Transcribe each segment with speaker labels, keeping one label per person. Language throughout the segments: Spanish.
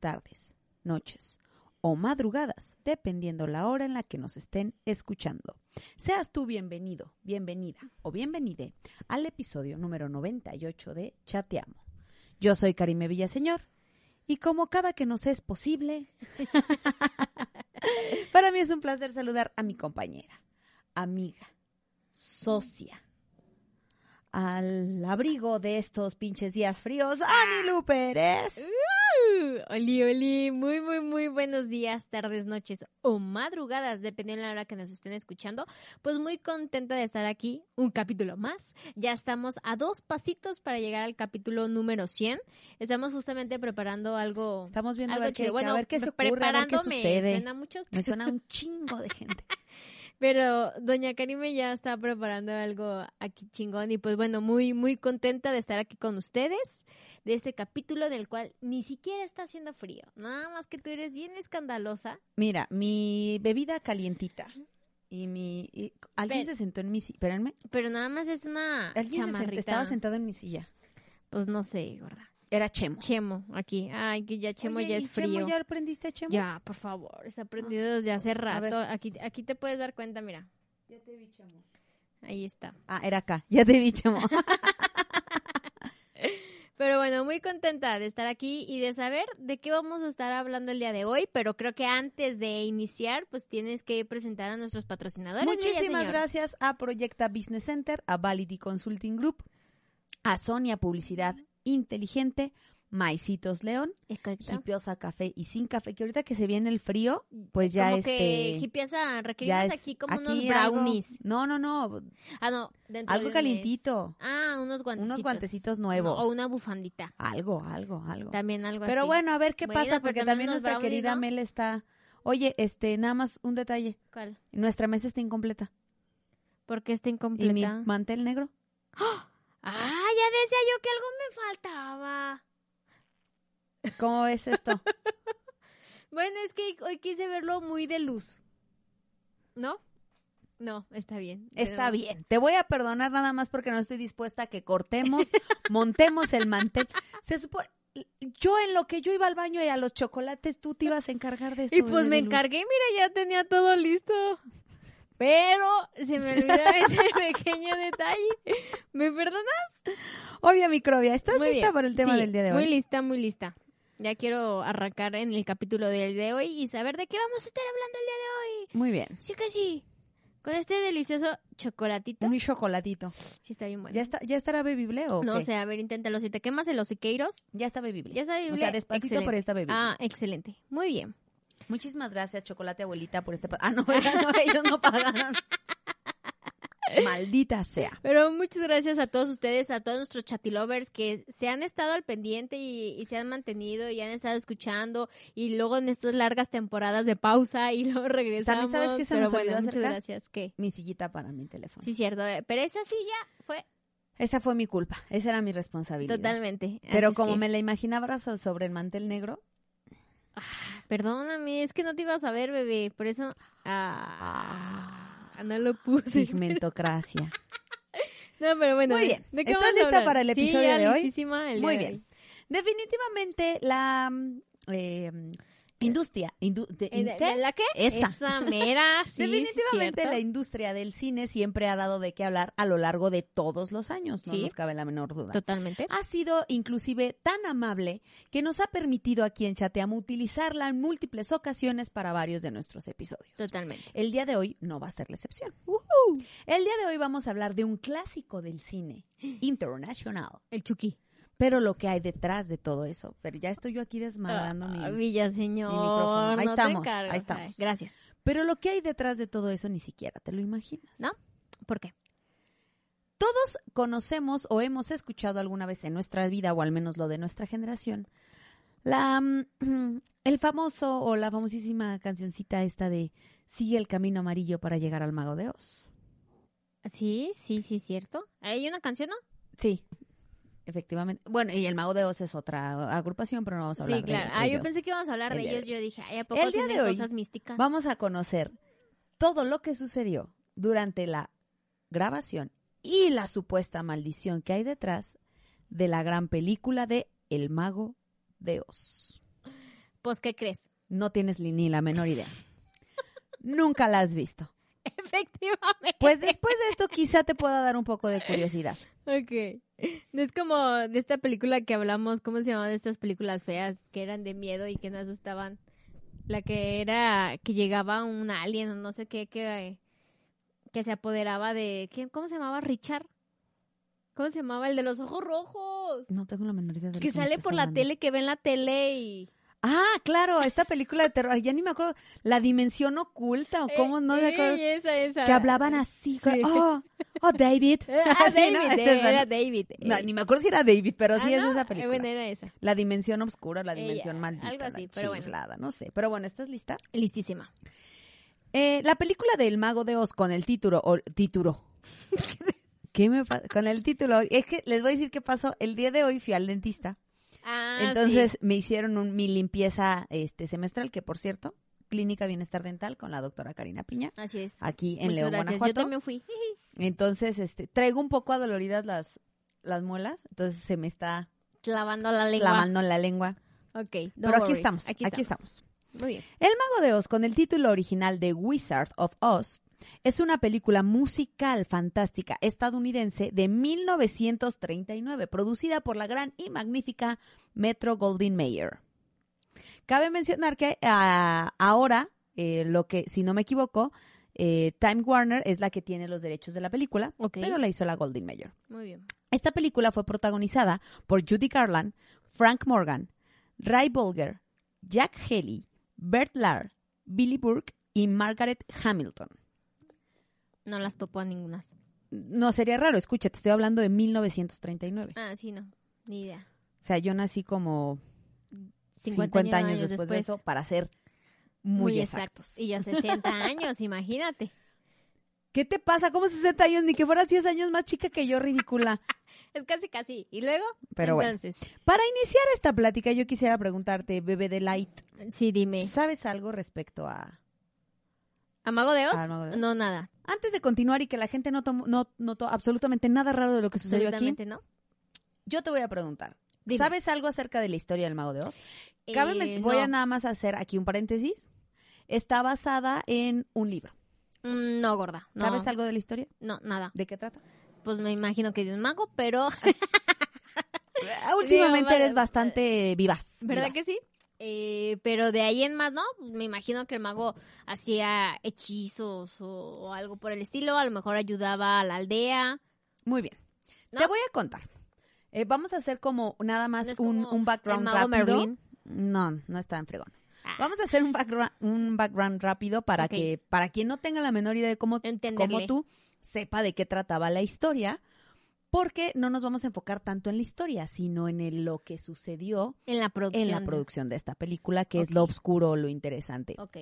Speaker 1: tardes, noches o madrugadas, dependiendo la hora en la que nos estén escuchando. Seas tú bienvenido, bienvenida o bienvenide al episodio número 98 de Chateamo. Yo soy Karime Villaseñor y como cada que nos es posible, para mí es un placer saludar a mi compañera, amiga, socia, al abrigo de estos pinches días fríos, a mi Lu Pérez.
Speaker 2: Uh, Oli, oli, muy, muy, muy buenos días, tardes, noches o madrugadas, dependiendo de la hora que nos estén escuchando. Pues muy contenta de estar aquí, un capítulo más. Ya estamos a dos pasitos para llegar al capítulo número 100. Estamos justamente preparando algo.
Speaker 1: Estamos viendo
Speaker 2: algo
Speaker 1: a ver, qué,
Speaker 2: chido. Bueno,
Speaker 1: a ver qué se ocurre, a ver qué
Speaker 2: preparándome,
Speaker 1: sucede.
Speaker 2: suena a muchos,
Speaker 1: Me suena un chingo de gente.
Speaker 2: Pero doña Karime ya está preparando algo aquí chingón y pues bueno, muy muy contenta de estar aquí con ustedes de este capítulo en el cual ni siquiera está haciendo frío. Nada más que tú eres bien escandalosa.
Speaker 1: Mira, mi bebida calientita y mi... y- alguien
Speaker 2: Ven.
Speaker 1: se sentó en mi silla, espérenme.
Speaker 2: Pero nada más es una
Speaker 1: Alguien se sentó-
Speaker 2: chamarrita.
Speaker 1: estaba sentado en mi silla.
Speaker 2: Pues no sé, gorda.
Speaker 1: Era Chemo.
Speaker 2: Chemo, aquí. Ay, que ya Chemo
Speaker 1: Oye,
Speaker 2: ya
Speaker 1: ¿y
Speaker 2: es frío.
Speaker 1: Chemo, ¿ya aprendiste a Chemo? Ah,
Speaker 2: Ya, por favor, está prendido desde hace
Speaker 1: ver.
Speaker 2: rato. Aquí, aquí te puedes dar cuenta, mira.
Speaker 1: te vi Chemo.
Speaker 2: Ahí está.
Speaker 1: Ah, era acá. Ya te vi Chemo.
Speaker 2: Pero bueno, muy contenta de estar aquí y de saber de qué vamos a estar hablando el día de hoy, pero creo que antes de iniciar, pues tienes que presentar a nuestros patrocinadores. bella
Speaker 1: Muchísimas
Speaker 2: señora.
Speaker 1: gracias a Proyecta Business Center, a Validity Consulting Group, a Sonia Publicidad Inteligente, Maicitos León,
Speaker 2: Es correcto.
Speaker 1: Hipiosa Café y Sin Café, que ahorita que se viene el frío, pues ya
Speaker 2: como
Speaker 1: este...
Speaker 2: que hipieza, requerimos
Speaker 1: es-
Speaker 2: aquí como unos
Speaker 1: aquí algo-
Speaker 2: brownies.
Speaker 1: no, no, no,
Speaker 2: Ah, no, dentro de
Speaker 1: algo
Speaker 2: un mes.
Speaker 1: calientito,
Speaker 2: Ah, unos guantecitos.
Speaker 1: unos guantecitos nuevos.
Speaker 2: No, o una bufandita.
Speaker 1: Algo, algo, algo.
Speaker 2: También algo así.
Speaker 1: Pero bueno, a ver qué
Speaker 2: Bueno,
Speaker 1: pasa,
Speaker 2: pero
Speaker 1: porque
Speaker 2: también
Speaker 1: también
Speaker 2: unos
Speaker 1: nuestra
Speaker 2: brownies,
Speaker 1: querida
Speaker 2: ¿no?
Speaker 1: Mel está... Oye, este, nada más un detalle.
Speaker 2: ¿Cuál?
Speaker 1: Nuestra mesa está incompleta.
Speaker 2: Porque está
Speaker 1: ¿Y mi
Speaker 2: incompleta.
Speaker 1: mantel negro?
Speaker 2: Ah, ya decía yo que algo me faltaba.
Speaker 1: ¿Cómo ves esto?
Speaker 2: Bueno, es que hoy quise verlo muy de luz. ¿No? No, está bien.
Speaker 1: Está
Speaker 2: Pero-
Speaker 1: bien, te voy a perdonar nada más porque no estoy dispuesta a que cortemos, montemos el mantel. Se supone, yo en lo que yo iba al baño y a los chocolates, tú te ibas a encargar de esto.
Speaker 2: Y pues
Speaker 1: bebé
Speaker 2: me
Speaker 1: Lulu.
Speaker 2: encargué, mira, ya tenía todo listo. Pero se me olvidó ese pequeño detalle. ¿Me perdonas?
Speaker 1: Obvio, microbia, ¿estás
Speaker 2: Muy
Speaker 1: lista
Speaker 2: bien,
Speaker 1: para el tema
Speaker 2: sí,
Speaker 1: del día de
Speaker 2: Muy
Speaker 1: hoy?
Speaker 2: lista, muy lista. Ya quiero arrancar en el capítulo del de hoy y saber de qué vamos a estar hablando el día de hoy.
Speaker 1: Muy bien.
Speaker 2: Sí que sí. Con este delicioso chocolatito.
Speaker 1: Un chocolatito.
Speaker 2: Sí, está bien bueno.
Speaker 1: ¿Ya, está, ¿Ya estará bebible o
Speaker 2: No
Speaker 1: qué?
Speaker 2: sé, a ver, inténtalo. Si te quemas en los iqueiros,
Speaker 1: Ya está bebible.
Speaker 2: ya sabes.
Speaker 1: O sea, despacito, pero está bebible.
Speaker 2: Ah, excelente. Muy bien.
Speaker 1: Muchísimas gracias, Chocolate Abuelita, por este... pa- Ah, no, no, ellos no pagaron. Maldita sea.
Speaker 2: Pero muchas gracias a todos ustedes, a todos nuestros chatilovers que se han estado al pendiente y, y se han mantenido y han estado escuchando y luego en estas largas temporadas de pausa y luego regresamos.
Speaker 1: ¿sabes qué se
Speaker 2: Pero
Speaker 1: nos
Speaker 2: bueno,
Speaker 1: olvidó
Speaker 2: muchas
Speaker 1: acercar?
Speaker 2: gracias. ¿Qué?
Speaker 1: Mi sillita para mi teléfono.
Speaker 2: Sí, cierto. eh, Pero esa sí ya fue
Speaker 1: Esa fue mi culpa, esa era mi responsabilidad.
Speaker 2: totalmente. Así
Speaker 1: Pero
Speaker 2: es
Speaker 1: como
Speaker 2: que-
Speaker 1: me la imaginaba so- sobre el mantel negro.
Speaker 2: Perdóname, es que no te ibas a ver, bebé. Por eso... Ah, no lo puse.
Speaker 1: Segmentocracia.
Speaker 2: No, pero bueno.
Speaker 1: Muy
Speaker 2: ¿de-
Speaker 1: bien.
Speaker 2: ¿de qué
Speaker 1: ¿Estás
Speaker 2: vamos a
Speaker 1: lista
Speaker 2: hablar?
Speaker 1: para el
Speaker 2: Sí,
Speaker 1: episodio
Speaker 2: ya
Speaker 1: de hoy?
Speaker 2: listísima el día
Speaker 1: Muy
Speaker 2: de
Speaker 1: bien.
Speaker 2: hoy.
Speaker 1: Definitivamente la mm, eh, mm, industria. indu- de-
Speaker 2: Eh, de-
Speaker 1: ¿qué?
Speaker 2: de ¿La qué?
Speaker 1: Esa.
Speaker 2: Esa mera, sí, sí,
Speaker 1: Definitivamente
Speaker 2: cierto.
Speaker 1: la industria del cine siempre ha dado de qué hablar a lo largo de todos los años, no
Speaker 2: Sí.
Speaker 1: nos cabe la menor duda.
Speaker 2: Totalmente.
Speaker 1: ha sido inclusive tan amable que nos ha permitido aquí en Chateamo utilizarla en múltiples ocasiones para varios de nuestros episodios.
Speaker 2: Totalmente.
Speaker 1: El día de hoy no va a ser la excepción. El día de hoy vamos a hablar de un clásico del cine internacional,
Speaker 2: El Chucky.
Speaker 1: pero lo que hay detrás de todo eso. Pero ya estoy yo aquí desmadrando mi...
Speaker 2: Ah, Villaseñor.
Speaker 1: mi micrófono. Ahí
Speaker 2: no te
Speaker 1: estamos,
Speaker 2: encargo.
Speaker 1: ahí estamos.
Speaker 2: Ay, gracias.
Speaker 1: Pero lo que hay detrás de todo eso ni siquiera te lo imaginas.
Speaker 2: No. ¿Por qué?
Speaker 1: Todos conocemos o hemos escuchado alguna vez en nuestra vida, o al menos lo de nuestra generación, la, mm, el famoso o la famosísima cancioncita esta de Sigue el camino amarillo para llegar al mago de Oz.
Speaker 2: Sí, sí, sí, cierto. ¿Hay una canción, no?
Speaker 1: Sí, efectivamente. Bueno, y el Mago de Oz es otra agrupación, pero no vamos a hablar
Speaker 2: Sí, claro.
Speaker 1: de, de
Speaker 2: Ah, yo
Speaker 1: ellos.
Speaker 2: pensé que íbamos a hablar
Speaker 1: El
Speaker 2: de
Speaker 1: día de
Speaker 2: ellos. Yo dije, ay, ¿a poco
Speaker 1: El día
Speaker 2: tienen
Speaker 1: de hoy
Speaker 2: cosas místicas?
Speaker 1: Vamos a conocer todo lo que sucedió durante la grabación y la supuesta maldición que hay detrás de la gran película de El Mago de Oz.
Speaker 2: Pues, ¿qué crees?
Speaker 1: No tienes ni la menor idea. Nunca la has visto.
Speaker 2: Efectivamente.
Speaker 1: Pues después de esto quizá te pueda dar un poco de curiosidad.
Speaker 2: Ok. No es como de esta película que hablamos, ¿cómo se llamaban estas películas feas que eran de miedo y que nos asustaban? La que era que llegaba un alien o no sé qué que, que se apoderaba de ¿quién? ¿Cómo se llamaba Richard? ¿Cómo se llamaba el de los ojos rojos?
Speaker 1: No tengo la menor idea de lo
Speaker 2: Que
Speaker 1: me
Speaker 2: sale
Speaker 1: estás
Speaker 2: por la
Speaker 1: hablando.
Speaker 2: tele, que ve en la tele y
Speaker 1: Ah, claro, esta película de terror, ya ni me acuerdo, La Dimensión Oculta o cómo, no me
Speaker 2: Eh,
Speaker 1: acuerdo,
Speaker 2: ey, esa, esa.
Speaker 1: que hablaban así, con-
Speaker 2: Sí.
Speaker 1: oh, oh, David.
Speaker 2: Eh, Ah,
Speaker 1: Así, ¿no?
Speaker 2: David,
Speaker 1: Es
Speaker 2: eh,
Speaker 1: esa,
Speaker 2: era
Speaker 1: ¿no?
Speaker 2: David. eh.
Speaker 1: No, ni me acuerdo si era David, pero sí
Speaker 2: Ah,
Speaker 1: es
Speaker 2: no,
Speaker 1: esa
Speaker 2: eh,
Speaker 1: película.
Speaker 2: Bueno, era esa.
Speaker 1: La dimensión oscura, la
Speaker 2: Ella,
Speaker 1: dimensión maldita,
Speaker 2: algo así,
Speaker 1: la
Speaker 2: pero bueno.
Speaker 1: chiflada, no sé. Pero bueno, ¿estás lista?
Speaker 2: Listísima.
Speaker 1: Eh, la película del Mago de Oz con el título, o, título. ¿Qué me pasa? Con el título. Es que les voy a decir qué pasó. El día de hoy fui al dentista.
Speaker 2: Ah,
Speaker 1: Entonces me hicieron un, mi limpieza este semestral, que por cierto, Clínica Bienestar Dental con la doctora Karina Piña,
Speaker 2: sí, así es.
Speaker 1: aquí en
Speaker 2: Muchas
Speaker 1: León,
Speaker 2: gracias. Yo
Speaker 1: Guanajuato.
Speaker 2: también fui.
Speaker 1: Entonces, este, traigo un poco adoloridas las, las muelas, entonces se me está
Speaker 2: Clavando la lengua.
Speaker 1: clavando en la lengua.
Speaker 2: Ok.
Speaker 1: Pero
Speaker 2: no
Speaker 1: aquí
Speaker 2: worries.
Speaker 1: estamos, aquí, estamos.
Speaker 2: Muy bien.
Speaker 1: El Mago de Oz, con el título original de Wizard of Oz, es una película musical fantástica estadounidense de 1939, producida por la gran y magnífica Metro Goldwyn Mayer. Cabe mencionar que ah, ahora, eh, lo que, si no me equivoco, eh, Time Warner es la que tiene los derechos de la película,
Speaker 2: Ok.
Speaker 1: pero la hizo la Goldwyn Mayer.
Speaker 2: Muy bien.
Speaker 1: Esta película fue protagonizada por Judy Garland, Frank Morgan, Ray Bolger, Jack Haley, Bert Lahr, Billy Burke y Margaret Hamilton.
Speaker 2: No las topo a ninguna.
Speaker 1: No sería raro, escucha, te estoy hablando de 1939.
Speaker 2: Ah, sí, no. Ni idea.
Speaker 1: O sea, yo nací como 50,
Speaker 2: 50
Speaker 1: años, después, de eso para ser muy, exacto.
Speaker 2: Y ya 60 años, imagínate.
Speaker 1: ¿Qué te pasa? ¿Cómo 60 años? Ni que fueras 10 años más chica que yo, ridícula.
Speaker 2: Es casi, casi. ¿Y luego?
Speaker 1: Pero bueno,
Speaker 2: Entonces,
Speaker 1: para iniciar esta plática yo quisiera preguntarte, bebé de Light,
Speaker 2: sí, dime.
Speaker 1: ¿sabes algo respecto a
Speaker 2: ¿Amago de Oz?
Speaker 1: ¿A Mago de Oz?
Speaker 2: No, nada.
Speaker 1: Antes de continuar y que la gente no tomó- no notó absolutamente nada raro de lo que sucedió aquí,
Speaker 2: Absolutamente no.
Speaker 1: yo te voy a preguntar.
Speaker 2: Dime.
Speaker 1: ¿Sabes algo acerca de la historia del Mago de Oz? Cabe
Speaker 2: Eh,
Speaker 1: men- voy a
Speaker 2: no.
Speaker 1: nada más hacer aquí un paréntesis. Está basada en un libro.
Speaker 2: Mm, no, gorda. No,
Speaker 1: ¿Sabes algo de la historia?
Speaker 2: No, nada.
Speaker 1: ¿De qué trata?
Speaker 2: Pues me imagino que de un mago, pero
Speaker 1: Ah, Últimamente
Speaker 2: vale,
Speaker 1: eres
Speaker 2: vale.
Speaker 1: bastante vivaz.
Speaker 2: ¿Verdad
Speaker 1: vivaz.
Speaker 2: que sí? Eh, pero de ahí en más, ¿no? Me imagino que el mago hacía hechizos o, o algo por el estilo. A lo mejor ayudaba a la aldea.
Speaker 1: Muy bien.
Speaker 2: ¿No?
Speaker 1: Te voy a contar. Eh, vamos a hacer como nada más
Speaker 2: No es
Speaker 1: un,
Speaker 2: como
Speaker 1: un background
Speaker 2: el mago
Speaker 1: rápido.
Speaker 2: Merlín.
Speaker 1: No, no está en fregón.
Speaker 2: Ah,
Speaker 1: Vamos a hacer un background, un background rápido para
Speaker 2: Ok.
Speaker 1: que para quien no tenga la menor idea de cómo
Speaker 2: entenderle.
Speaker 1: como tú sepa de qué trataba la historia, porque no nos vamos a enfocar tanto en la historia, sino en el- lo que sucedió
Speaker 2: En la producción.
Speaker 1: en la producción de esta película, que es
Speaker 2: Ok.
Speaker 1: lo oscuro, lo interesante
Speaker 2: Ok.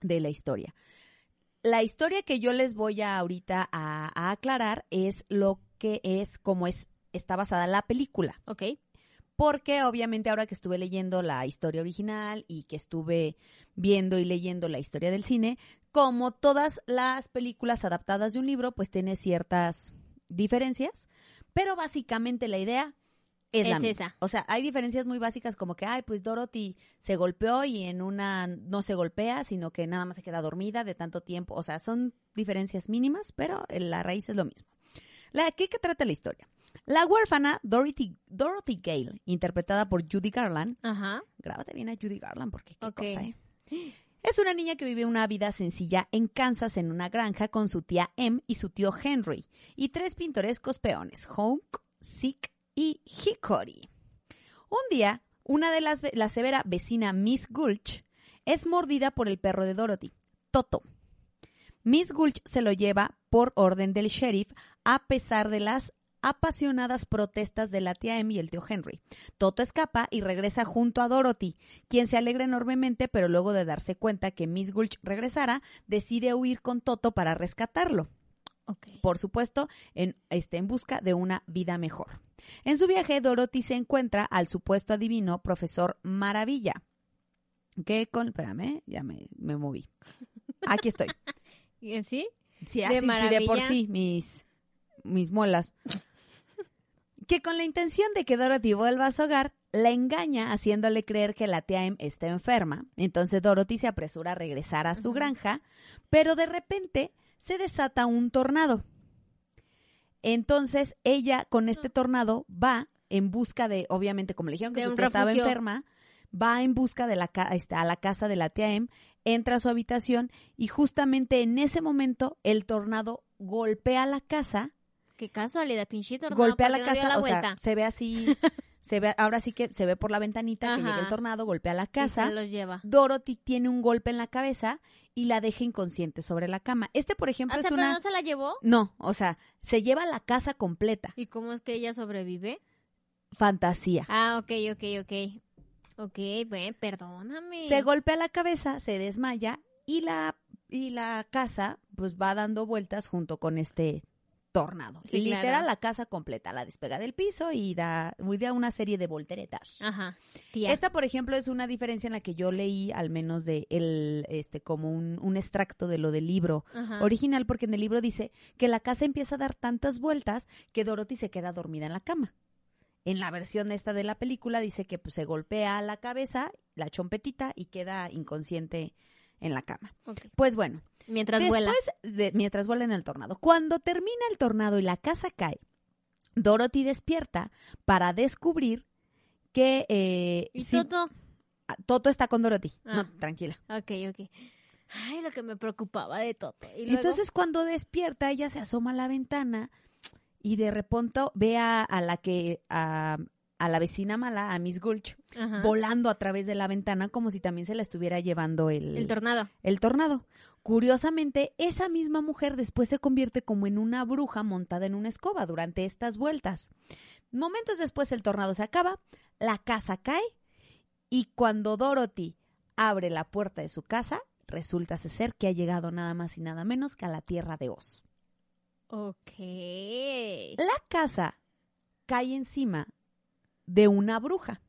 Speaker 1: de la historia. La historia que yo les voy a ahorita a, a aclarar es lo que es, como es, está basada la película.
Speaker 2: Ok.
Speaker 1: Porque obviamente ahora que estuve leyendo la historia original y que estuve viendo y leyendo la historia del cine, como todas las películas adaptadas de un libro, pues tiene ciertas diferencias, pero básicamente la idea es, la
Speaker 2: Es
Speaker 1: misma.
Speaker 2: esa.
Speaker 1: O sea, hay diferencias muy básicas como que, ay, pues Dorothy se golpeó y en una no se golpea, sino que nada más se queda dormida de tanto tiempo. O sea, son diferencias mínimas, pero la raíz es lo mismo. La, ¿qué, qué trata la historia? La huérfana Dorothy, Dorothy Gale, interpretada por Judy Garland.
Speaker 2: Ajá.
Speaker 1: Grábate bien a Judy Garland porque qué
Speaker 2: Ok.
Speaker 1: cosa, ¿eh? Es una niña que vive una vida sencilla en Kansas en una granja con su tía Em y su tío Henry y tres pintorescos peones, Honk, Sick y Hickory. Un día, una de las ve- la severa vecina Miss Gulch es mordida por el perro de Dorothy, Toto. Miss Gulch se lo lleva por orden del sheriff a pesar de las apasionadas protestas de la tía Em y el tío Henry. Toto escapa y regresa junto a Dorothy, quien se alegra enormemente, pero luego de darse cuenta que Miss Gulch regresara, decide huir con Toto para rescatarlo
Speaker 2: Ok.
Speaker 1: por supuesto, en, este, en busca de una vida mejor. En su viaje, Dorothy se encuentra al supuesto adivino profesor Maravilla. Que con. Espérame, ya me, me moví. Aquí estoy.
Speaker 2: ¿Y así?
Speaker 1: Sí,
Speaker 2: De
Speaker 1: así, sí, de por
Speaker 2: maravilla.
Speaker 1: sí, mis, mis muelas. Que con la intención de que Dorothy vuelva a su hogar, la engaña haciéndole creer que la tía Em está enferma. Entonces Dorothy se apresura a regresar a su
Speaker 2: Ujú.
Speaker 1: granja, pero de repente se desata un tornado. Entonces ella con este tornado va en busca de, obviamente, como le dijeron que
Speaker 2: De
Speaker 1: su
Speaker 2: un
Speaker 1: tía estaba
Speaker 2: refugio.
Speaker 1: enferma, va en busca de la ca- este, a la casa de la tía Em, entra a su habitación y justamente en ese momento el tornado golpea la casa
Speaker 2: Qué casualidad, pinche tornado.
Speaker 1: golpea
Speaker 2: ¿por
Speaker 1: la
Speaker 2: qué no dio
Speaker 1: casa, o
Speaker 2: vuelta?
Speaker 1: sea, se ve así, se ve, ahora sí que se ve por la ventanita que llega el
Speaker 2: Ajá.
Speaker 1: tornado, golpea la
Speaker 2: Y se
Speaker 1: casa.
Speaker 2: los lleva.
Speaker 1: Dorothy tiene un golpe en la cabeza y la deja inconsciente sobre la cama. Este, por ejemplo,
Speaker 2: Ah, o
Speaker 1: es
Speaker 2: sea, pero
Speaker 1: una
Speaker 2: no se la llevó.
Speaker 1: no, o sea, se lleva la casa completa.
Speaker 2: ¿Y cómo es que ella sobrevive?
Speaker 1: Fantasía.
Speaker 2: Ah, ok, ok, ok. Ok, bueno, perdóname.
Speaker 1: Se golpea la cabeza, se desmaya y la y la casa pues va dando vueltas junto con este tornado.
Speaker 2: Sí,
Speaker 1: y
Speaker 2: claro.
Speaker 1: literal la casa completa la despega del piso y da, y da una serie de volteretas.
Speaker 2: Ajá. Tía.
Speaker 1: Esta, por ejemplo, es una diferencia en la que yo leí al menos de el, este, como un, un extracto de lo del libro
Speaker 2: Ajá.
Speaker 1: original, porque en el libro dice que la casa empieza a dar tantas vueltas que Dorothy se queda dormida en la cama. En la versión esta de la película dice que pues, se golpea la cabeza, la chompetita, y queda inconsciente en la cama.
Speaker 2: Ok.
Speaker 1: Pues bueno,
Speaker 2: Mientras
Speaker 1: Después,
Speaker 2: vuela.
Speaker 1: de- mientras vuela en el tornado. Cuando termina el tornado y la casa cae, Dorothy despierta para descubrir que eh,
Speaker 2: ¿Y
Speaker 1: sí-
Speaker 2: Toto?
Speaker 1: Ah, Toto está con Dorothy.
Speaker 2: Ah.
Speaker 1: No, tranquila.
Speaker 2: Ok, ok. Ay, lo que me preocupaba de Toto. Y luego,
Speaker 1: Entonces, cuando despierta, ella se asoma a la ventana y de repente ve a, a la que. A, a la vecina mala, a Miss Gulch,
Speaker 2: Ajá.
Speaker 1: volando a través de la ventana como si también se la estuviera llevando el,
Speaker 2: el tornado.
Speaker 1: el tornado. Curiosamente, esa misma mujer después se convierte como en una bruja montada en una escoba durante estas vueltas. Momentos después el tornado se acaba, la casa cae y cuando Dorothy abre la puerta de su casa, resulta ser que ha llegado nada más y nada menos que a la tierra de Oz.
Speaker 2: Ok.
Speaker 1: La casa cae encima de una bruja.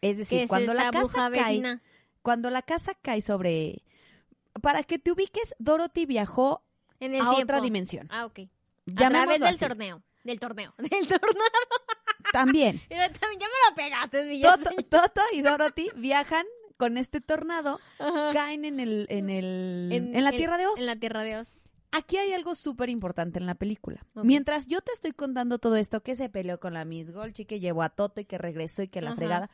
Speaker 1: Es decir,
Speaker 2: ¿Qué es
Speaker 1: cuando la
Speaker 2: esta
Speaker 1: casa
Speaker 2: bruja
Speaker 1: cae,
Speaker 2: vecina?
Speaker 1: cuando la casa cae sobre... Para que te ubiques, Dorothy viajó
Speaker 2: En el
Speaker 1: a
Speaker 2: tiempo.
Speaker 1: otra dimensión.
Speaker 2: Ah, ok. a través
Speaker 1: Llamémoslo
Speaker 2: del
Speaker 1: así.
Speaker 2: torneo. Del torneo. Del torneo.
Speaker 1: También.
Speaker 2: Pero también ya me lo pegaste, mi ya
Speaker 1: Toto, Toto y Dorothy viajan con este tornado,
Speaker 2: Ajá.
Speaker 1: caen en el, en el, en, la Tierra de Oz.
Speaker 2: Ah. En la Tierra de Oz.
Speaker 1: Aquí hay algo súper importante en la película.
Speaker 2: Ok.
Speaker 1: Mientras yo te estoy contando todo esto, que se peleó con la Miss Golchi, que llevó a Toto y que regresó y que la
Speaker 2: Ajá.
Speaker 1: fregada,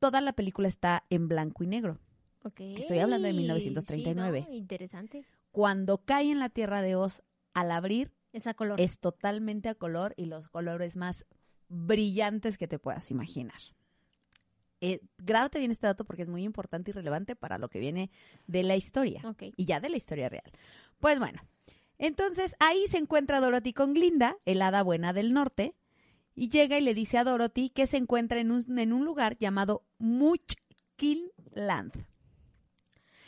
Speaker 1: toda la película está en blanco y negro.
Speaker 2: Ok.
Speaker 1: Estoy hablando de
Speaker 2: Sí,
Speaker 1: 1939.
Speaker 2: no, Interesante.
Speaker 1: Cuando cae en la Tierra de Oz, al abrir,
Speaker 2: Esa color.
Speaker 1: es totalmente a color y los colores más brillantes que te puedas imaginar. Eh, grábate bien este dato porque es muy importante y relevante para lo que viene de la historia
Speaker 2: Ok.
Speaker 1: y ya de la historia real. Pues bueno, entonces ahí se encuentra Dorothy con Glinda, el hada buena del norte, y llega y le dice a Dorothy que se encuentra en un, en un lugar llamado Muchkinland.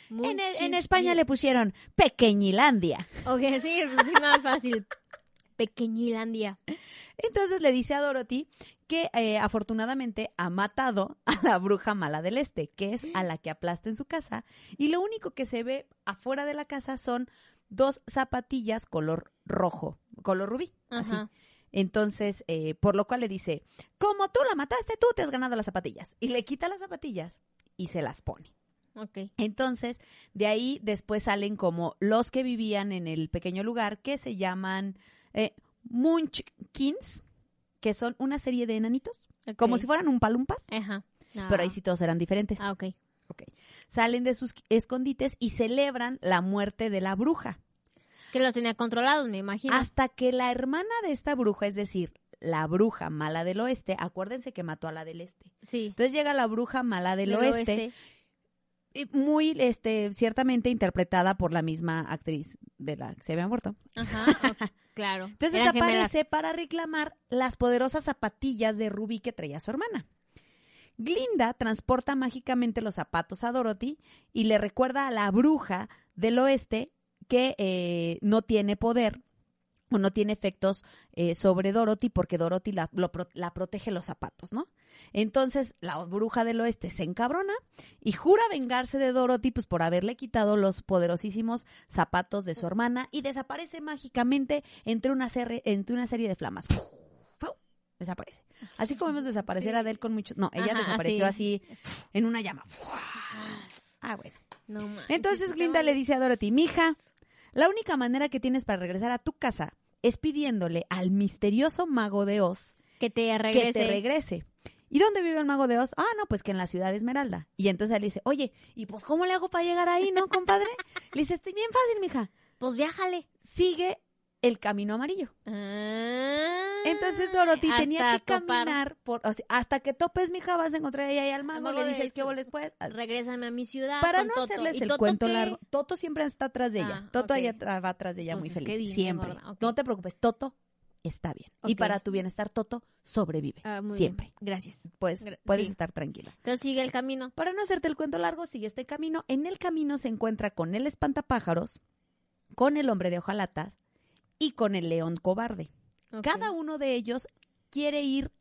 Speaker 2: Muy
Speaker 1: En, el- en
Speaker 2: chiqui-
Speaker 1: España le pusieron Pequeñilandia.
Speaker 2: Ok, sí, pues sí, más fácil. Pequeñilandia.
Speaker 1: Entonces le dice a Dorothy que eh, afortunadamente ha matado a la bruja mala del este, que es a la que aplasta en su casa, y lo único que se ve afuera de la casa son dos zapatillas color rojo, color rubí, así.
Speaker 2: Ajá.
Speaker 1: Entonces, eh, por lo cual le dice, como tú la mataste, tú te has ganado las zapatillas. Y le quita las zapatillas y se las pone.
Speaker 2: Ok.
Speaker 1: Entonces, de ahí después salen como los que vivían en el pequeño lugar que se llaman eh, Munchkins, que son una serie de enanitos,
Speaker 2: ok.
Speaker 1: como si fueran un palumpas,
Speaker 2: Ajá. Ah.
Speaker 1: pero ahí sí todos eran diferentes.
Speaker 2: Ah, ok.
Speaker 1: Salen de sus escondites y celebran la muerte de la bruja.
Speaker 2: Que los tenía controlados, me imagino.
Speaker 1: Hasta que la hermana de esta bruja, es decir, la bruja mala del oeste, acuérdense que mató a la del este.
Speaker 2: sí.
Speaker 1: Entonces llega la bruja mala del,
Speaker 2: del
Speaker 1: oeste, y muy este, ciertamente interpretada por la misma actriz de la que se había muerto.
Speaker 2: Ajá. ok, claro.
Speaker 1: Entonces
Speaker 2: Eran gemelas.
Speaker 1: aparece para reclamar las poderosas zapatillas de rubí que traía su hermana. Glinda transporta mágicamente los zapatos a Dorothy y le recuerda a la bruja del oeste que eh, no tiene poder o no tiene efectos eh, sobre Dorothy porque Dorothy la, lo pro- la protege los zapatos, ¿no? Entonces la bruja del oeste se encabrona y jura vengarse de Dorothy pues por haberle quitado los poderosísimos zapatos de su hermana y desaparece mágicamente entre una, serre- entre una serie de flamas. ¡Fu! ¡Fu! desaparece. Así como vemos desaparecer
Speaker 2: Sí.
Speaker 1: a Adele con muchos... No, ella
Speaker 2: Ajá,
Speaker 1: desapareció así. en una llama. Ah, bueno. Entonces Glinda le dice a Dorothy, mija, la única manera que tienes para regresar a tu casa es pidiéndole al misterioso mago de Oz
Speaker 2: que te regrese.
Speaker 1: que te regrese. ¿Y dónde vive el mago de Oz? Ah, no, pues que en la ciudad de Esmeralda. Y entonces él dice, oye, ¿y pues cómo le hago para llegar ahí, no, compadre? Le dice, estoy bien fácil, mija.
Speaker 2: Pues viájale.
Speaker 1: Sigue el camino amarillo.
Speaker 2: Ah,
Speaker 1: Entonces Dorothy tenía
Speaker 2: hasta
Speaker 1: que
Speaker 2: topar.
Speaker 1: caminar por, o sea, hasta que topes, mija, vas a encontrar ahí al mago.
Speaker 2: mago
Speaker 1: Le
Speaker 2: de
Speaker 1: dices,
Speaker 2: Oz.
Speaker 1: ¿qué boles pues?
Speaker 2: Regrésame a mi ciudad.
Speaker 1: Para
Speaker 2: Ah, con
Speaker 1: no
Speaker 2: Toto.
Speaker 1: hacerles
Speaker 2: ¿Y
Speaker 1: el
Speaker 2: Toto
Speaker 1: cuento
Speaker 2: qué?
Speaker 1: largo, Toto siempre está atrás de ella.
Speaker 2: Ah,
Speaker 1: Toto
Speaker 2: ok.
Speaker 1: ella tra- va atrás de ella
Speaker 2: Pues
Speaker 1: muy
Speaker 2: es que
Speaker 1: feliz.
Speaker 2: dice,
Speaker 1: siempre.
Speaker 2: gorda, ok.
Speaker 1: No te preocupes, Toto está bien. Y
Speaker 2: Ok.
Speaker 1: para tu bienestar, Toto sobrevive.
Speaker 2: Ah, muy
Speaker 1: siempre.
Speaker 2: bien. Gracias.
Speaker 1: Pues
Speaker 2: Gra-
Speaker 1: puedes
Speaker 2: sí.
Speaker 1: estar tranquila.
Speaker 2: Entonces sigue el camino.
Speaker 1: Para no hacerte el cuento largo, sigue este camino. En el camino se encuentra con el espantapájaros, con el hombre de hojalatas y con el león cobarde.
Speaker 2: Ok.
Speaker 1: Cada uno de ellos quiere ir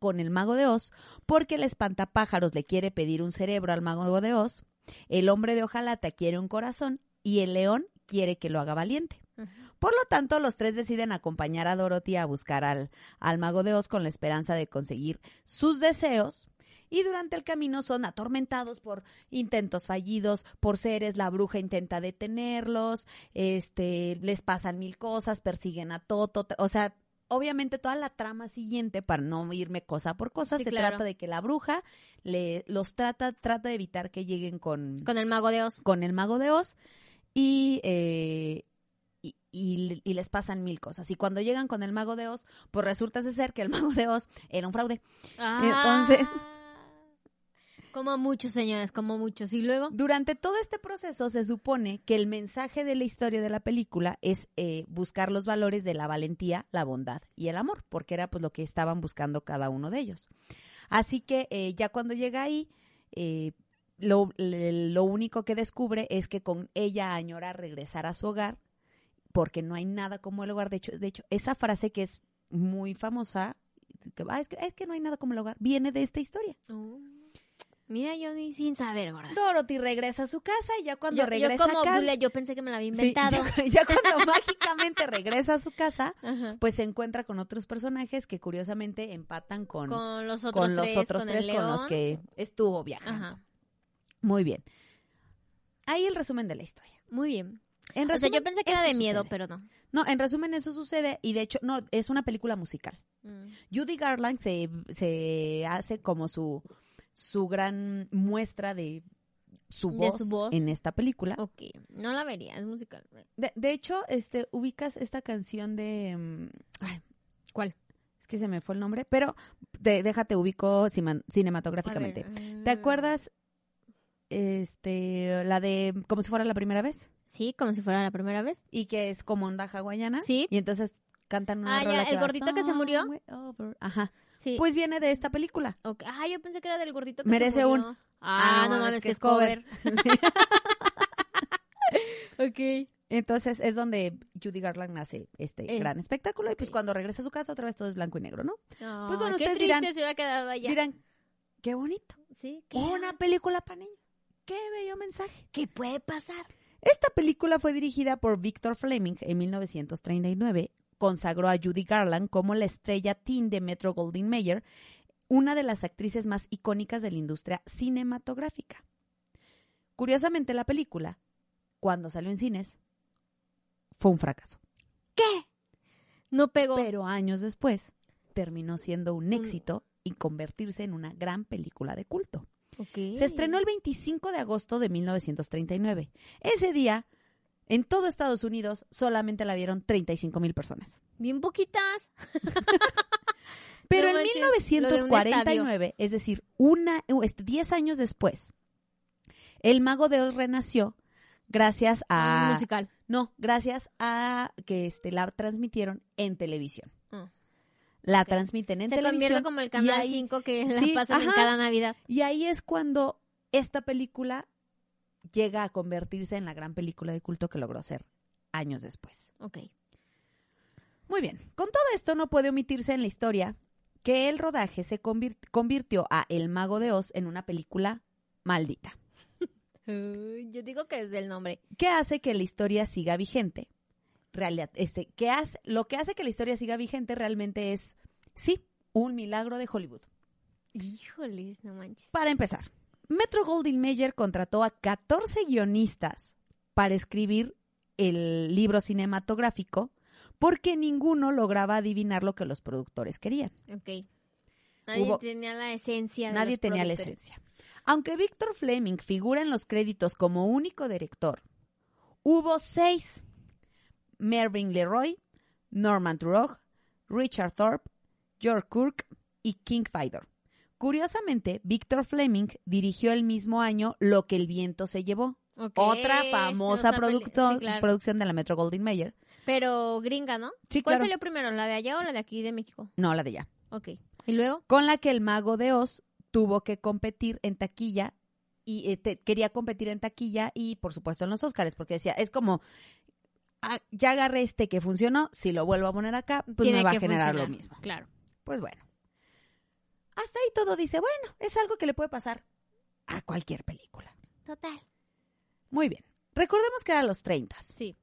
Speaker 1: con el mago de Oz porque el espantapájaros le quiere pedir un cerebro al mago de Oz, el hombre de hojalata quiere un corazón y el león quiere que lo haga valiente.
Speaker 2: Ajá.
Speaker 1: Por lo tanto, los tres deciden acompañar a Dorothy a buscar al, al mago de Oz con la esperanza de conseguir sus deseos. Y durante el camino son atormentados por intentos fallidos, por seres, la bruja intenta detenerlos, este, les pasan mil cosas, persiguen a Toto, tra- o sea, obviamente toda la trama siguiente, para no irme cosa por cosa,
Speaker 2: Sí,
Speaker 1: se
Speaker 2: claro.
Speaker 1: trata de que la bruja le, los trata, trata de evitar que lleguen con,
Speaker 2: Con el mago de Oz.
Speaker 1: con el mago de Oz y, eh, y, y- y les pasan mil cosas. Y cuando llegan con el mago de Oz, pues resulta ser que el mago de Oz era un fraude. Entonces-
Speaker 2: Ah. Como muchos, señores, como muchos. Y luego.
Speaker 1: Durante todo este proceso se supone que el mensaje de la historia de la película es eh, buscar los valores de la valentía, la bondad y el amor, porque era pues lo que estaban buscando cada uno de ellos. Así que eh, ya cuando llega ahí, eh, lo, le- lo único que descubre es que con ella añora regresar a su hogar, porque no hay nada como el hogar. De hecho, de hecho esa frase que es muy famosa, que, "Ah, es que, es que no hay nada como el hogar, viene de esta historia.
Speaker 2: Oh, Mira, yo ni sin saber, gorda.
Speaker 1: Dorothy regresa a su casa y ya cuando
Speaker 2: yo, yo
Speaker 1: regresa
Speaker 2: como
Speaker 1: acá-
Speaker 2: Bule, yo pensé que me la
Speaker 1: Sí,
Speaker 2: había
Speaker 1: ya,
Speaker 2: inventado.
Speaker 1: ya cuando mágicamente regresa a su casa,
Speaker 2: Ajá.
Speaker 1: pues se encuentra con otros personajes que curiosamente empatan con, con,
Speaker 2: Con los otros
Speaker 1: los
Speaker 2: tres,
Speaker 1: otros
Speaker 2: con
Speaker 1: tres
Speaker 2: el
Speaker 1: con los
Speaker 2: león.
Speaker 1: que estuvo viajando.
Speaker 2: Ajá.
Speaker 1: Muy bien. Ahí el resumen de la historia.
Speaker 2: Muy bien.
Speaker 1: En
Speaker 2: o sea,
Speaker 1: resumen,
Speaker 2: yo pensé que era
Speaker 1: eso
Speaker 2: de miedo,
Speaker 1: sucede.
Speaker 2: pero no.
Speaker 1: No, en resumen eso sucede y de hecho, no, es una película musical.
Speaker 2: Mm.
Speaker 1: Judy Garland se, se hace como su, su gran muestra de su,
Speaker 2: De
Speaker 1: voz
Speaker 2: su voz.
Speaker 1: en esta película.
Speaker 2: Ok, no la vería, es musical.
Speaker 1: De, de hecho, este, ubicas esta canción de... mm, ay,
Speaker 2: ¿Cuál?
Speaker 1: Es que se me fue el nombre, pero de- déjate ubico cima-
Speaker 2: A ver,
Speaker 1: cinematográficamente. ¿Te
Speaker 2: ah,
Speaker 1: acuerdas este, la de como si fuera la primera vez?
Speaker 2: Sí, como si fuera la primera vez.
Speaker 1: Y que es como onda hawaiana.
Speaker 2: Sí.
Speaker 1: Y entonces cantan una
Speaker 2: Ah, ya,
Speaker 1: rola que
Speaker 2: el
Speaker 1: va,
Speaker 2: gordito que se murió.
Speaker 1: "Somewhere over". Ajá.
Speaker 2: Sí.
Speaker 1: Pues viene de esta película.
Speaker 2: Ok, Ah, yo pensé que era del gordito que
Speaker 1: Merece
Speaker 2: se
Speaker 1: un-
Speaker 2: murió. Ah, no mames, que es cover. ok.
Speaker 1: Entonces es donde Judy Garland hace este
Speaker 2: Es-
Speaker 1: gran espectáculo y pues
Speaker 2: ok.
Speaker 1: cuando regresa a su casa otra vez todo es blanco y negro, ¿no?
Speaker 2: Ah,
Speaker 1: Pues bueno,
Speaker 2: qué
Speaker 1: ustedes
Speaker 2: triste
Speaker 1: dirán-
Speaker 2: se hubiera quedado allá.
Speaker 1: Dirán, qué bonito.
Speaker 2: ¿Sí? ¿Qué,
Speaker 1: Una película para niños. Qué bello mensaje.
Speaker 2: ¿Qué puede pasar?
Speaker 1: Esta película fue dirigida por Victor Fleming en 1939. Consagró a Judy Garland como la estrella teen de Metro Goldwyn Mayer, una de las actrices más icónicas de la industria cinematográfica. Curiosamente, la película, cuando salió en cines, fue un fracaso.
Speaker 2: ¿Qué? No pegó.
Speaker 1: Pero años después, terminó siendo un
Speaker 2: Oh. Un-
Speaker 1: éxito y convertirse en una gran película de culto.
Speaker 2: Ok.
Speaker 1: Se estrenó el 25 de agosto de 1939. Ese día, en todo Estados Unidos, solamente la vieron 35 mil personas.
Speaker 2: Bien poquitas.
Speaker 1: Pero
Speaker 2: No
Speaker 1: en
Speaker 2: manches, lo de un
Speaker 1: 1949, es decir, una, este, 10 años después, el Mago de Oz renació gracias
Speaker 2: Un
Speaker 1: a...
Speaker 2: musical.
Speaker 1: No, gracias a que este, la transmitieron en televisión.
Speaker 2: Ah.
Speaker 1: La
Speaker 2: Ok.
Speaker 1: transmiten en
Speaker 2: se
Speaker 1: televisión.
Speaker 2: convierte como el
Speaker 1: y
Speaker 2: canal
Speaker 1: ahí-
Speaker 2: 5 que
Speaker 1: sí,
Speaker 2: la pasan en
Speaker 1: ajá.
Speaker 2: cada Navidad.
Speaker 1: Y ahí es cuando esta película llega a convertirse en la gran película de culto que logró ser años después.
Speaker 2: Ok.
Speaker 1: Muy bien, con todo esto no puede omitirse en la historia que el rodaje se convir- convirtió a El Mago de Oz en una película maldita,
Speaker 2: Ay, Yo digo que es del nombre.
Speaker 1: que hace que la historia siga vigente. Realia- este, que hace, lo que hace que la historia siga vigente realmente es, sí, un milagro de Hollywood.
Speaker 2: Híjoles, no manches.
Speaker 1: Para empezar, Metro Goldwyn Mayer contrató a 14 guionistas para escribir el libro cinematográfico porque ninguno lograba adivinar lo que los productores querían.
Speaker 2: Ok. Nadie
Speaker 1: Hubo-
Speaker 2: tenía la esencia de
Speaker 1: Nadie
Speaker 2: los
Speaker 1: tenía la
Speaker 2: productores.
Speaker 1: esencia. Aunque Víctor Fleming figura en los créditos como único director, hubo seis. Mervyn Leroy, Norman Turog, Richard Thorpe, George Kirk y King Fider. Curiosamente, Víctor Fleming dirigió el mismo año Lo que el viento se llevó,
Speaker 2: Ok,
Speaker 1: otra famosa
Speaker 2: otra peli-
Speaker 1: producto-
Speaker 2: sí, claro.
Speaker 1: producción de la Metro Goldwyn Mayer.
Speaker 2: Pero gringa, ¿no?
Speaker 1: Sí,
Speaker 2: ¿Cuál
Speaker 1: claro.
Speaker 2: salió primero, la de allá o la de aquí de México?
Speaker 1: No, la de ya.
Speaker 2: Ok. ¿Y luego?
Speaker 1: con la que el mago de Oz tuvo que competir en taquilla y eh, te- quería competir en taquilla y por supuesto en los Óscares porque decía, es como "Ah, ya agarré este que funcionó, si lo vuelvo a poner acá, pues
Speaker 2: tiene
Speaker 1: me va a
Speaker 2: que
Speaker 1: generar lo
Speaker 2: funcionar.
Speaker 1: mismo.
Speaker 2: Claro.
Speaker 1: Pues bueno. Hasta ahí todo dice, bueno, es algo que le puede pasar a cualquier película.
Speaker 2: Total.
Speaker 1: Muy bien. Recordemos que era los 30.
Speaker 2: Sí.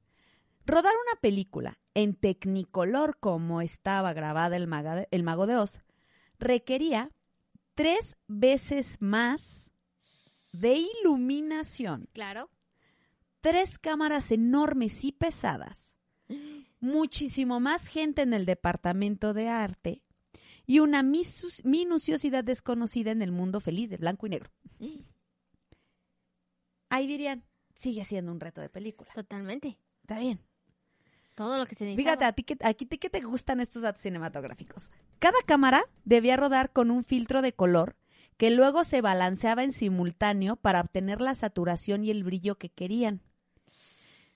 Speaker 1: Rodar una película en Technicolor como estaba grabada el, Maga de- el Mago de Oz requería tres veces más de iluminación,
Speaker 2: Claro.
Speaker 1: tres cámaras enormes y pesadas, muchísimo más gente en el departamento de arte y una misus- minuciosidad desconocida en el mundo feliz de blanco y negro. Ahí dirían, sigue siendo un reto de película.
Speaker 2: Totalmente.
Speaker 1: Está bien.
Speaker 2: Todo lo que se necesita.
Speaker 1: Fíjate, a ti que, aquí te, que te gustan estos datos cinematográficos. Cada cámara debía rodar con un filtro de color que luego se balanceaba en simultáneo para obtener la saturación y el brillo que querían.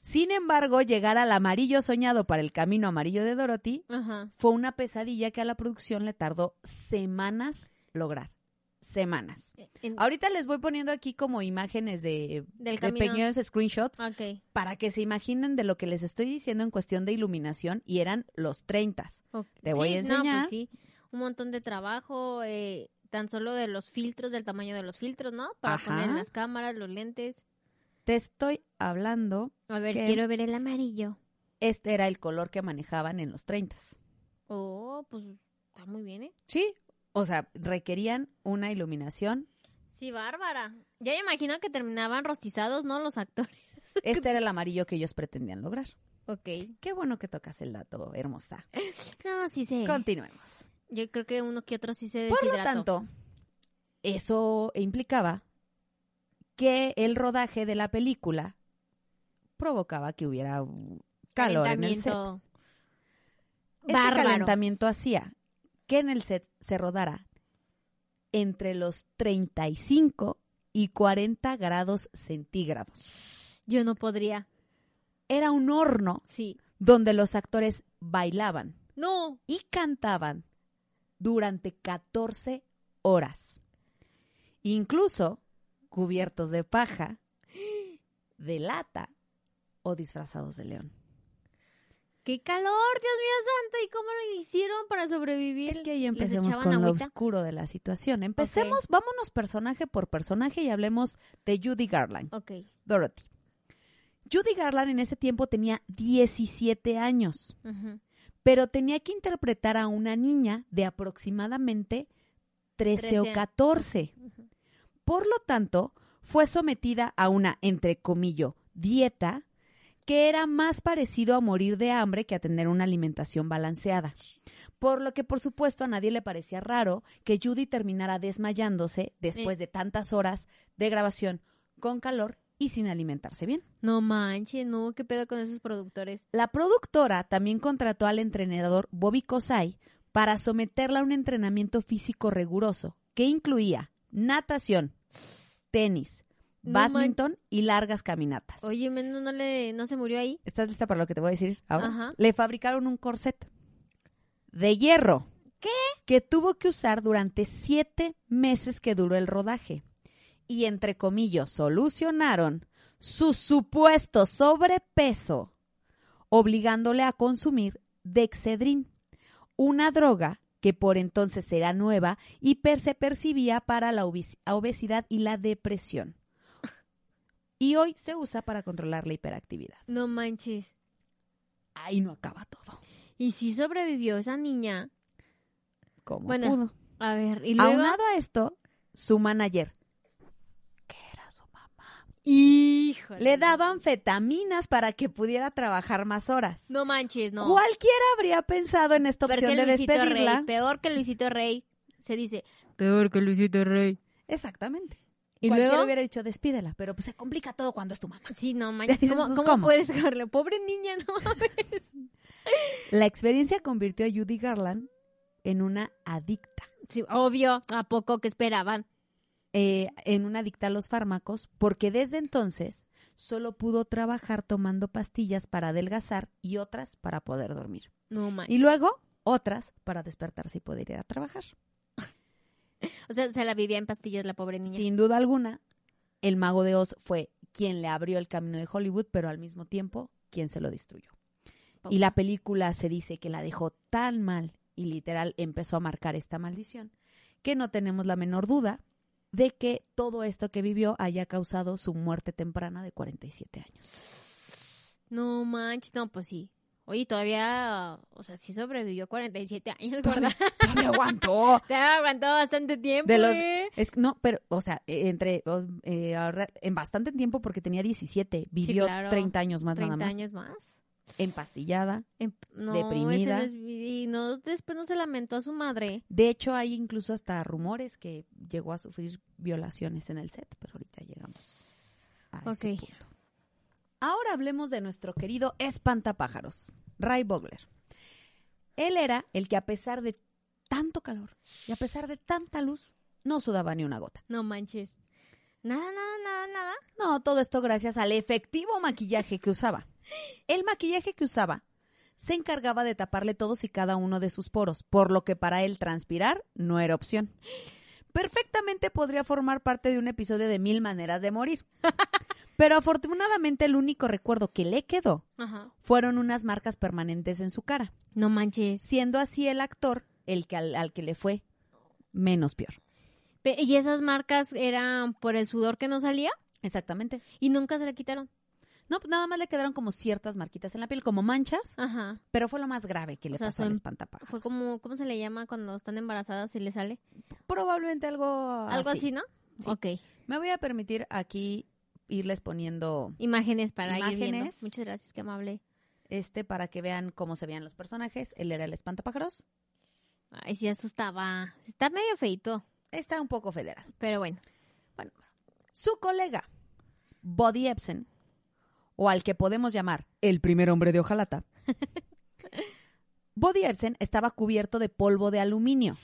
Speaker 1: Sin embargo, llegar al amarillo soñado para el camino amarillo de Dorothy
Speaker 2: Ajá.
Speaker 1: fue una pesadilla que a la producción le tardó semanas lograr. Semanas.
Speaker 2: En-
Speaker 1: Ahorita les voy poniendo aquí como imágenes de,
Speaker 2: del
Speaker 1: de
Speaker 2: camino.
Speaker 1: pequeños screenshots
Speaker 2: Ok.
Speaker 1: para que se imaginen de lo que les estoy diciendo en cuestión de iluminación y eran los 30.
Speaker 2: ok.
Speaker 1: Te voy a
Speaker 2: Sí, no, pues
Speaker 1: enseñar.
Speaker 2: sí. Un montón de trabajo, eh, tan solo de los filtros, del tamaño de los filtros, ¿no? Para
Speaker 1: Ajá.
Speaker 2: poner las cámaras, los lentes.
Speaker 1: Te estoy hablando,
Speaker 2: A ver,
Speaker 1: ¿Qué?
Speaker 2: quiero ver el amarillo.
Speaker 1: este era el color que manejaban en los 30.
Speaker 2: Oh, pues está muy bien, ¿eh?
Speaker 1: Sí. O sea, requerían una iluminación.
Speaker 2: Sí, Bárbara. Ya me imagino que terminaban rostizados, ¿no? Los actores.
Speaker 1: Este era el amarillo que ellos pretendían lograr.
Speaker 2: Ok.
Speaker 1: Qué bueno que tocas el dato, hermosa.
Speaker 2: No, sí
Speaker 1: Eh,
Speaker 2: sé.
Speaker 1: Continuemos.
Speaker 2: Yo creo que uno que otro sí se
Speaker 1: Por lo
Speaker 2: deshidrató.
Speaker 1: tanto, eso implicaba que el rodaje de la película provocaba que hubiera uh, calor en el set.
Speaker 2: Calentamiento.
Speaker 1: Este
Speaker 2: Bárbaro.
Speaker 1: calentamiento hacía que en el set se rodara entre los 35 y 40 grados centígrados.
Speaker 2: Yo no podría.
Speaker 1: Era un horno
Speaker 2: Sí.
Speaker 1: donde los actores bailaban
Speaker 2: No.
Speaker 1: y cantaban durante 14 horas. Incluso cubiertos de paja, de lata o disfrazados de león.
Speaker 2: ¡Qué calor, Dios mío santo! ¿Y cómo lo hicieron para sobrevivir?
Speaker 1: Es que ahí
Speaker 2: ¿Les
Speaker 1: empecemos
Speaker 2: echaban
Speaker 1: con lo
Speaker 2: agüita?
Speaker 1: oscuro de la situación. Empecemos, vámonos personaje por personaje y hablemos de Judy Garland,
Speaker 2: Ok.
Speaker 1: Dorothy. Judy Garland en ese tiempo tenía 17 años,
Speaker 2: ujú.
Speaker 1: pero tenía que interpretar a una niña de aproximadamente 13, o
Speaker 2: 13.
Speaker 1: 14.
Speaker 2: Ujú.
Speaker 1: Por lo tanto, fue sometida a una, entre comillas, dieta que era más parecido a morir de hambre que a tener una alimentación balanceada. Por lo que, por supuesto, a nadie le parecía raro que Judy terminara desmayándose después de tantas horas de grabación con calor y sin alimentarse bien.
Speaker 2: No manches, no. ¿Qué pedo con esos productores?
Speaker 1: La productora también contrató al entrenador Bobby Kosai para someterla a un entrenamiento físico riguroso que incluía natación, tenis,
Speaker 2: No
Speaker 1: badminton y largas caminatas.
Speaker 2: Oye, menos no, le, no se murió ahí.
Speaker 1: ¿Estás lista para lo que te voy a decir ahora?
Speaker 2: Ajá.
Speaker 1: Le fabricaron un corset de hierro.
Speaker 2: ¿Qué?
Speaker 1: Que tuvo que usar durante siete meses que duró el rodaje. Y entre comillas, solucionaron su supuesto sobrepeso, obligándole a consumir Dexedrin, una droga que por entonces era nueva y per- se percibía para la obes- obesidad y la depresión. Y hoy se usa para controlar la hiperactividad
Speaker 2: No manches.
Speaker 1: ahí no acaba todo.
Speaker 2: ¿Y si sobrevivió esa niña?
Speaker 1: como
Speaker 2: Bueno,
Speaker 1: pudo.
Speaker 2: A ver, y luego...
Speaker 1: Aunado a esto, su manager, que era su mamá,
Speaker 2: Híjole.
Speaker 1: le daba anfetaminas para que pudiera trabajar más horas.
Speaker 2: No manches, no.
Speaker 1: Cualquiera habría pensado en esta
Speaker 2: Peor
Speaker 1: opción
Speaker 2: que
Speaker 1: de
Speaker 2: Luisito
Speaker 1: despedirla.
Speaker 2: Rey, peor que Luisito Rey. Se dice, peor que Luisito Rey.
Speaker 1: Exactamente.
Speaker 2: Y
Speaker 1: Cualquiera
Speaker 2: luego...
Speaker 1: hubiera dicho despídela, pero pues se complica todo cuando es tu mamá.
Speaker 2: Sí, no manches,
Speaker 1: dices,
Speaker 2: ¿cómo,
Speaker 1: pues,
Speaker 2: cómo
Speaker 1: ¿cómo?
Speaker 2: puedes dejarlo? Pobre niña, no mames.
Speaker 1: La experiencia convirtió a Judy Garland en una adicta.
Speaker 2: Sí, obvio, ¿a poco que esperaban?
Speaker 1: eh, en una adicta a los fármacos porque desde entonces solo pudo trabajar tomando pastillas para adelgazar y otras para poder dormir.
Speaker 2: No manches.
Speaker 1: Y luego otras para despertarse y poder ir a trabajar.
Speaker 2: O sea, se la vivía en pastillas la pobre niña.
Speaker 1: Sin duda alguna, el mago de Oz fue quien le abrió el camino de Hollywood, pero al mismo tiempo quien se lo destruyó.
Speaker 2: Pobre.
Speaker 1: Y la película se dice que la dejó tan mal y literal empezó a marcar esta maldición, que no tenemos la menor duda de que todo esto que vivió haya causado su muerte temprana de 47 años.
Speaker 2: No manches, no, pues sí. Oye, todavía, o sea, sí sobrevivió 47 años, ¿verdad?
Speaker 1: ¡Me aguantó!
Speaker 2: Te aguantó bastante tiempo,
Speaker 1: De los-
Speaker 2: ¿eh?
Speaker 1: Es, que no, pero, o sea, eh, entre, oh, eh, ahora- en bastante tiempo porque tenía 17, vivió
Speaker 2: claro.
Speaker 1: 30 años más
Speaker 2: 30
Speaker 1: nada más,
Speaker 2: años más.
Speaker 1: empastillada.
Speaker 2: Em- no,
Speaker 1: Deprimida.
Speaker 2: ese no es- y no, después no se lamentó a su madre.
Speaker 1: De hecho, hay incluso hasta rumores que llegó a sufrir violaciones en el set, pero ahorita llegamos a ese
Speaker 2: Ok.
Speaker 1: punto. Ahora hablemos de nuestro querido espantapájaros, Ray Bogler. Él era el que a pesar de tanto calor y a pesar de tanta luz, no sudaba ni una gota.
Speaker 2: No manches. Nada, nada, nada, nada.
Speaker 1: No, todo esto gracias al efectivo maquillaje que usaba. El maquillaje que usaba se encargaba de taparle todos y cada uno de sus poros, por lo que para él transpirar no era opción. Perfectamente podría formar parte de un episodio de Mil Maneras de Morir. Pero afortunadamente el único recuerdo que le quedó
Speaker 2: Ajá.
Speaker 1: fueron unas marcas permanentes en su cara,
Speaker 2: No manches.
Speaker 1: siendo así el actor el que al, al que le fue menos peor.
Speaker 2: Pe- ¿Y esas marcas eran por el sudor que no salía?
Speaker 1: Exactamente.
Speaker 2: Y nunca se la quitaron.
Speaker 1: No, pues nada más le quedaron como ciertas marquitas en la piel, como manchas,
Speaker 2: Ajá.
Speaker 1: Pero fue lo más grave que
Speaker 2: O
Speaker 1: le
Speaker 2: sea,
Speaker 1: pasó
Speaker 2: fue
Speaker 1: al
Speaker 2: en-
Speaker 1: espantapájaros.
Speaker 2: Fue como, ¿cómo se le llama cuando están embarazadas y le sale?
Speaker 1: probablemente algo
Speaker 2: Algo así, ¿no?
Speaker 1: Ah, Sí.
Speaker 2: Ok.
Speaker 1: Me voy a permitir aquí irles poniendo
Speaker 2: Imágenes para ir viendo.
Speaker 1: Imágenes.
Speaker 2: Muchas gracias, qué amable.
Speaker 1: este para que vean cómo se vean los personajes. Él era el espantapájaros.
Speaker 2: Ay, sí asustaba. Está medio feito,
Speaker 1: Está un poco federal.
Speaker 2: pero bueno.
Speaker 1: Bueno, su colega Buddy Epson o al que podemos llamar el primer hombre de hojalata. Buddy Epson estaba cubierto de polvo de aluminio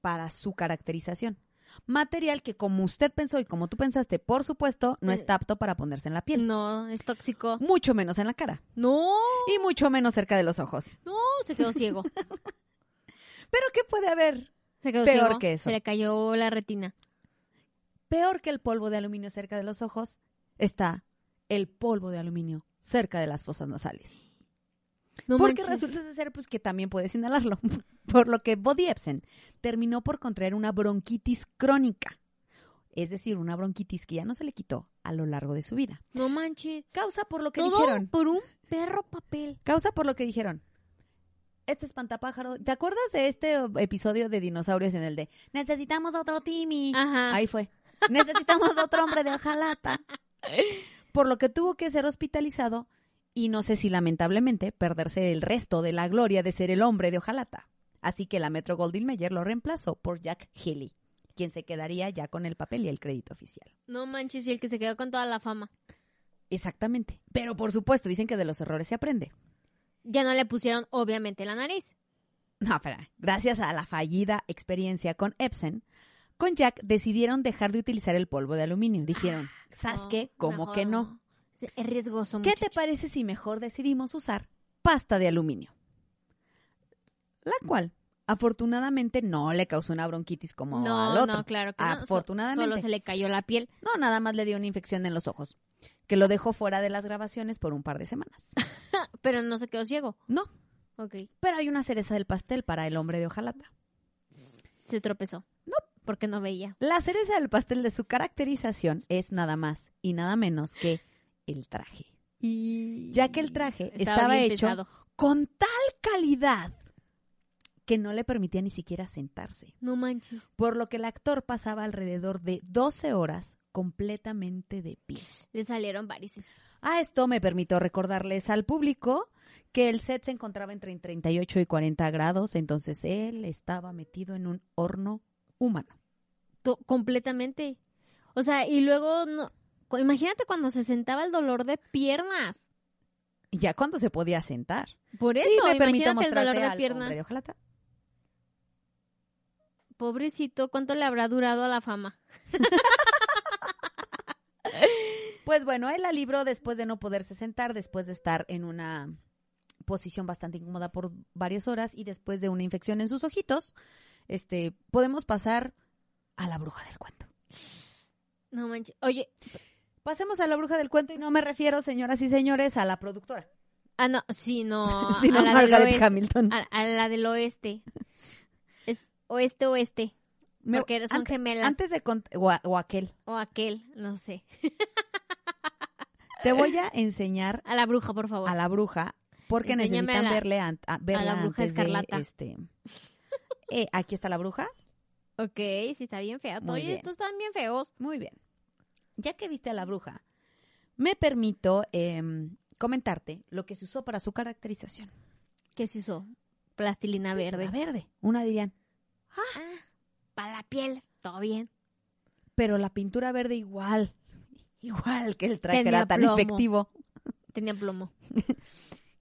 Speaker 1: para su caracterización. Material que como usted pensó y como tú pensaste, por supuesto, no está apto para ponerse en la piel.
Speaker 2: No, es tóxico.
Speaker 1: mucho menos en la cara
Speaker 2: No,
Speaker 1: y mucho menos cerca de los ojos.
Speaker 2: no, se quedó ciego.
Speaker 1: Pero ¿qué puede haber
Speaker 2: Se quedó
Speaker 1: Peor
Speaker 2: ciego.
Speaker 1: que eso.
Speaker 2: Se le cayó la retina.
Speaker 1: peor que el polvo de aluminio cerca de los ojos? Está el polvo de aluminio cerca de las fosas nasales.
Speaker 2: No
Speaker 1: Porque
Speaker 2: manches.
Speaker 1: resulta ser pues que también puedes inhalarlo. Por lo que Body Epson terminó por contraer una bronquitis crónica. Es decir, una bronquitis que ya no se le quitó a lo largo de su vida.
Speaker 2: No manches.
Speaker 1: Causa por lo que
Speaker 2: Todo
Speaker 1: dijeron.
Speaker 2: por un perro papel.
Speaker 1: Causa por lo que dijeron. Este espantapájaro. ¿Te acuerdas de este episodio de dinosaurios en el de Necesitamos otro Timmy?
Speaker 2: Ajá.
Speaker 1: Ahí fue. Necesitamos otro hombre de hojalata. Por lo que tuvo que ser hospitalizado y no sé si lamentablemente perderse el resto de la gloria de ser el hombre de hojalata. Así que la Metro Goldwyn Mayer lo reemplazó por Jack Healy, quien se quedaría ya con el papel y el crédito oficial.
Speaker 2: No manches, y el que se quedó con toda la fama.
Speaker 1: Exactamente. Pero por supuesto, dicen que de los errores se aprende.
Speaker 2: Ya no le pusieron, obviamente, la nariz.
Speaker 1: No, espera. Gracias a la fallida experiencia con Epson, con Jack decidieron dejar de utilizar el polvo de aluminio. Dijeron, ¿sabes
Speaker 2: Ah, No,
Speaker 1: qué? ¿Cómo
Speaker 2: mejor
Speaker 1: que no?
Speaker 2: Es riesgoso.
Speaker 1: ¿Qué
Speaker 2: muchacho.
Speaker 1: te parece si mejor decidimos usar pasta de aluminio? La cual, afortunadamente, no le causó una bronquitis como
Speaker 2: No,
Speaker 1: al otro.
Speaker 2: no, claro que no. So-
Speaker 1: Afortunadamente.
Speaker 2: Solo se le cayó la piel.
Speaker 1: No, nada más le dio una infección en los ojos, que lo dejó fuera de las grabaciones por un par de semanas.
Speaker 2: Pero no se quedó ciego.
Speaker 1: No,
Speaker 2: Ok.
Speaker 1: pero hay una cereza del pastel para el hombre de hojalata.
Speaker 2: Se tropezó. No. Porque no veía.
Speaker 1: La cereza del pastel de su caracterización es nada más y nada menos que el traje.
Speaker 2: Y...
Speaker 1: Ya que el traje estaba
Speaker 2: bien
Speaker 1: hecho
Speaker 2: pesado.
Speaker 1: Con tal calidad que no le permitía ni siquiera sentarse,
Speaker 2: No manches.
Speaker 1: por lo que el actor pasaba alrededor de 12 horas completamente de pie.
Speaker 2: Le salieron varices.
Speaker 1: A esto me permitió recordarles al público que el set se encontraba entre 38 y 40 grados, entonces él estaba metido en un horno humano.
Speaker 2: To- completamente. O sea, y luego no. cu- Imagínate cuando se sentaba el dolor de piernas.
Speaker 1: Y ya cuando se podía sentar.
Speaker 2: Por eso,
Speaker 1: Y me permito
Speaker 2: imagínate el
Speaker 1: mostrarte
Speaker 2: dolor de
Speaker 1: al
Speaker 2: pierna.
Speaker 1: hombre de hojalata.
Speaker 2: Pobrecito, ¿cuánto le habrá durado a la fama?
Speaker 1: Pues bueno, él la libró después de no poderse sentar, después de estar en una posición bastante incómoda por varias horas y después de una infección en sus ojitos, este, podemos pasar a la bruja del cuento.
Speaker 2: No manches. Oye,
Speaker 1: Pasemos a la bruja del cuento y no me refiero, señoras y señores, a la productora,
Speaker 2: ah, no, sí, no.
Speaker 1: sino
Speaker 2: a,
Speaker 1: a
Speaker 2: la Ah, del
Speaker 1: Margaret
Speaker 2: oeste,
Speaker 1: Hamilton.
Speaker 2: a, a la del oeste. Es oeste, oeste.
Speaker 1: Me-
Speaker 2: porque son
Speaker 1: ante-
Speaker 2: gemelas.
Speaker 1: antes de cont- o, a- o aquel,
Speaker 2: O aquel, no sé.
Speaker 1: te voy a enseñar
Speaker 2: A la bruja, por favor.
Speaker 1: a la bruja porque
Speaker 2: Enséñame
Speaker 1: necesitan
Speaker 2: a la-
Speaker 1: verle an- a, verla
Speaker 2: bruja
Speaker 1: antes de,
Speaker 2: escarlata.
Speaker 1: este. Eh, aquí está la bruja.
Speaker 2: Ok, sí, está bien fea.
Speaker 1: Muy
Speaker 2: Oye,
Speaker 1: bien.
Speaker 2: estos están bien feos.
Speaker 1: Muy bien. Ya que viste a la bruja, me permito em, comentarte lo que se usó para su caracterización.
Speaker 2: ¿Qué se usó? Plastilina verde.
Speaker 1: La verde. Una dirían,
Speaker 2: Ah, para la piel, todo bien.
Speaker 1: pero la pintura verde igual, igual que el traje
Speaker 2: Tenía
Speaker 1: era tan
Speaker 2: plomo.
Speaker 1: efectivo,
Speaker 2: Tenía plomo.